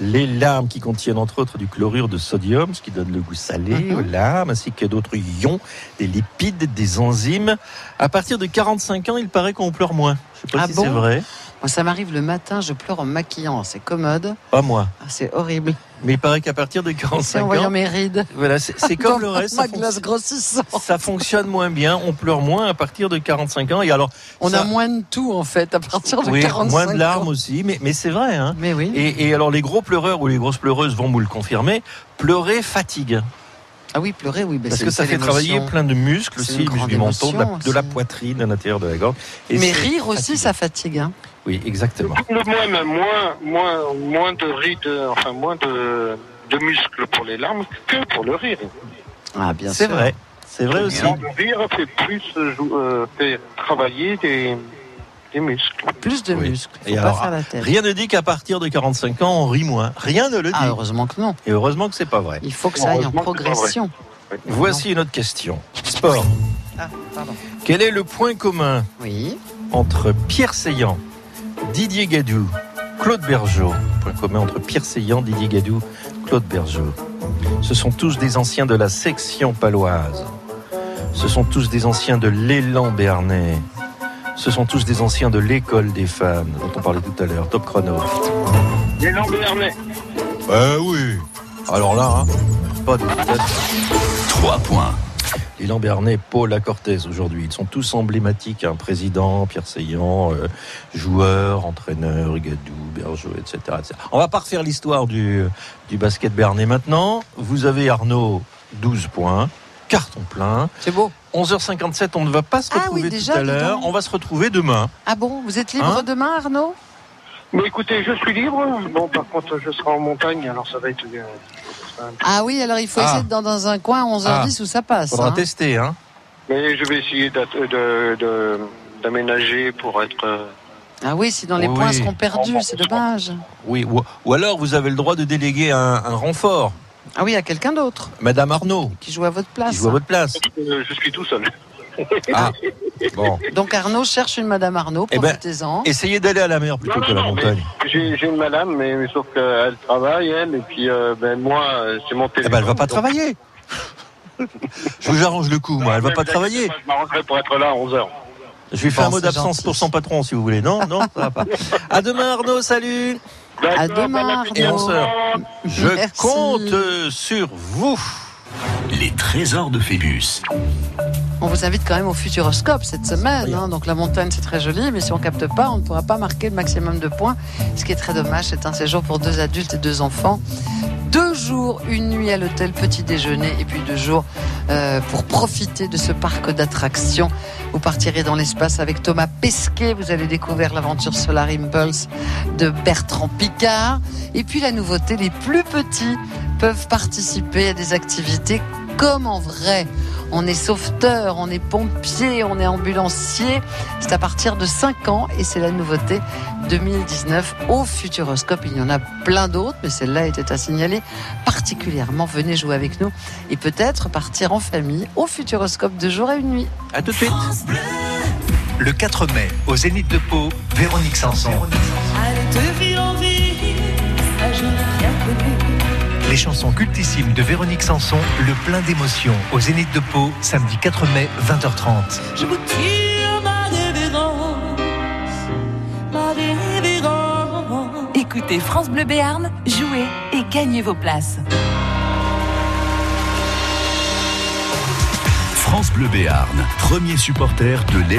Speaker 1: Les larmes qui contiennent entre autres du chlorure de sodium, ce qui donne le goût salé
Speaker 3: Mhm.
Speaker 1: aux larmes, ainsi que d'autres ions, des lipides, des enzymes. À partir de 45 ans, il paraît qu'on pleure moins. Je sais pas
Speaker 3: Ah
Speaker 1: si
Speaker 3: bon
Speaker 1: c'est vrai.
Speaker 3: Moi, ça m'arrive le matin, je pleure en me maquillant. C'est commode.
Speaker 1: Pas moi.
Speaker 3: Ah, C'est horrible.
Speaker 1: Mais il paraît qu'à partir de
Speaker 3: C'est
Speaker 1: 45
Speaker 3: en
Speaker 1: ans,
Speaker 3: voyant mes rides.
Speaker 1: voilà, c'est c'est comme le reste. ça
Speaker 3: Ma
Speaker 1: fonc-
Speaker 3: glace grossissant.
Speaker 1: Ça fonctionne moins bien, on pleure moins à partir de 45 ans. Et alors,
Speaker 3: On
Speaker 1: ça-
Speaker 3: a moins de tout, en fait, à partir de
Speaker 1: oui,
Speaker 3: 45
Speaker 1: moins de larmes
Speaker 3: ans.
Speaker 1: aussi, mais, mais c'est vrai. Hein.
Speaker 3: Mais oui.
Speaker 1: Et, et alors les gros pleureurs ou les grosses pleureuses vont vous le confirmer, pleurer fatigue.
Speaker 3: Ah oui, pleurer, oui. bah,
Speaker 1: Parce
Speaker 3: c'est-
Speaker 1: que ça
Speaker 3: c'est
Speaker 1: fait
Speaker 3: l'émotion.
Speaker 1: travailler plein de muscles
Speaker 3: C'est
Speaker 1: aussi,
Speaker 3: une
Speaker 1: les muscles
Speaker 3: grande
Speaker 1: du menton, de la,
Speaker 3: émotion
Speaker 1: de la
Speaker 3: aussi.
Speaker 1: poitrine, à l'intérieur de la gorge. Et
Speaker 3: Mais
Speaker 1: c'est-
Speaker 3: rire aussi, ça fatigue. hein.
Speaker 1: Oui, exactement.
Speaker 15: Le moins, moins, moins, moins de rides, enfin moins de, de muscles pour les larmes que pour le rire.
Speaker 3: Ah, bien
Speaker 1: C'est
Speaker 3: sûr.
Speaker 1: vrai, c'est vrai aussi.
Speaker 15: Le rire fait plus euh, jou- euh, fait travailler des, des muscles.
Speaker 3: Plus de muscles. Faut
Speaker 1: Et
Speaker 3: pas
Speaker 1: alors,
Speaker 3: faire la tête.
Speaker 1: rien ne dit qu'à partir de 45 ans, on rit moins. Rien ne le dit.
Speaker 3: Ah, heureusement que non.
Speaker 1: Et heureusement que c'est pas vrai.
Speaker 3: Il faut que ça aille en
Speaker 1: Heureusement que c'est pas vrai.
Speaker 3: progression.
Speaker 1: Voici une autre question. Sport.
Speaker 3: Ah, pardon.
Speaker 1: Quel est le point commun entre Pierre Seillant, Didier Gadou, Claude Bergeau Point commun entre Pierre Seillant, Didier Gadou, Claude Bergeau. Ce sont tous des anciens de la section paloise. Ce sont tous des anciens de l'élan béarnais. Ce sont tous des anciens de l'école des femmes dont on parlait tout à l'heure. Top chrono.
Speaker 15: Les lambernais.
Speaker 1: Eh oui. Alors là, hein, pas de 3 points. Lélan Bernet, Paul Lacortez aujourd'hui. Ils sont tous emblématiques. Un président, Pierre Seillant, euh, joueur, entraîneur, Gadou, Bergeau, etc., etc. On va pas refaire l'histoire du, du basket Bernet maintenant. Vous avez Arnaud, 12 points. Carton plein.
Speaker 3: C'est beau.
Speaker 1: 11h57, on ne va pas se
Speaker 3: Ah oui,
Speaker 1: retrouver
Speaker 3: déjà,
Speaker 1: tout à
Speaker 3: dis
Speaker 1: l'heure.
Speaker 3: donc.
Speaker 1: On va se retrouver demain.
Speaker 3: Ah bon, vous êtes libre
Speaker 1: Hein
Speaker 3: demain, Arnaud
Speaker 15: Mais écoutez, je suis libre. Bon, par contre, je serai en montagne, alors ça va être. euh,
Speaker 3: Ah oui, alors il faut
Speaker 15: Ah.
Speaker 3: essayer d'être dans, dans un coin à 11h10
Speaker 15: Ah.
Speaker 3: où ça passe.
Speaker 15: Faudra
Speaker 3: hein.
Speaker 15: tester.
Speaker 1: Testez, hein.
Speaker 15: Mais je vais essayer d'at- euh, de- de- d'aménager pour être. euh,
Speaker 3: Ah oui, sinon les
Speaker 1: Oui,
Speaker 3: points
Speaker 1: oui.
Speaker 3: seront perdus, c'est dommage.
Speaker 1: Oui, ou, ou alors vous avez le droit de déléguer un, un renfort.
Speaker 3: Ah oui, à quelqu'un d'autre
Speaker 1: Madame Arnaud,
Speaker 3: qui joue à votre place. hein.
Speaker 1: qui joue à votre place.
Speaker 15: euh, Je suis tout seul.
Speaker 1: Ah, bon.
Speaker 3: Donc Arnaud cherche une Madame Arnaud,
Speaker 1: Eh ben,
Speaker 3: profitez-en.
Speaker 1: essayez d'aller à la mer plutôt que à la montagne.
Speaker 15: J'ai j'ai une madame, mais, mais sauf qu'elle travaille, elle, et puis euh, ben, moi, euh, c'est mon téléphone.
Speaker 1: Eh ben, elle va pas travailler. Je vous arrange le coup, moi. Elle va pas travailler.
Speaker 15: Je m'arrangerai pour être là à 11h.
Speaker 1: Je lui fais
Speaker 15: Bon,
Speaker 1: un mot
Speaker 15: c'est
Speaker 1: d'absence
Speaker 15: gentil.
Speaker 1: pour son patron, si vous voulez. Non, non, ça va pas. À demain, Arnaud. Salut. eh
Speaker 3: À
Speaker 1: ben,
Speaker 3: demain,
Speaker 1: Et
Speaker 3: Arnaud.
Speaker 1: 11 heures. Je
Speaker 3: Merci.
Speaker 1: compte euh, sur vous.
Speaker 2: Les trésors de Phébus.
Speaker 3: On vous invite quand même au Futuroscope cette semaine. hein. Donc la montagne, c'est très joli, mais si on capte pas, on ne pourra pas marquer le maximum de points. Ce qui est très dommage, c'est un séjour pour deux adultes et deux enfants. Deux jours, une nuit à l'hôtel, petit déjeuner, et puis deux jours euh, pour profiter de ce parc d'attractions. Vous partirez dans l'espace avec Thomas Pesquet. Vous avez découvert l'aventure Solar Impulse de Bertrand Picard. Et puis la nouveauté, les plus petits peuvent participer à des activités comme en vrai. On est sauveteur, on est pompier, on est ambulancier. C'est à partir de 5 ans et c'est la nouveauté 2019 au Futuroscope. Il y en a plein d'autres, mais celle-là était à signaler particulièrement. Venez jouer avec nous et peut-être partir en famille au Futuroscope de jour à une nuit.
Speaker 1: À tout de suite.
Speaker 4: Le 4 mai, au Zénith de Pau, Véronique Sanson.
Speaker 14: Allez, te ville en ville, ça je l'ai bien connu.
Speaker 4: Les chansons cultissimes de Véronique Sanson, le plein d'émotions, au Zénith de Pau, samedi 4 mai, 20h30.
Speaker 14: Je vous tire ma dévérance, ma dévérance.
Speaker 8: Écoutez France Bleu Béarn, jouez et gagnez vos places.
Speaker 2: France Bleu Béarn, premier supporter de l'Étoile.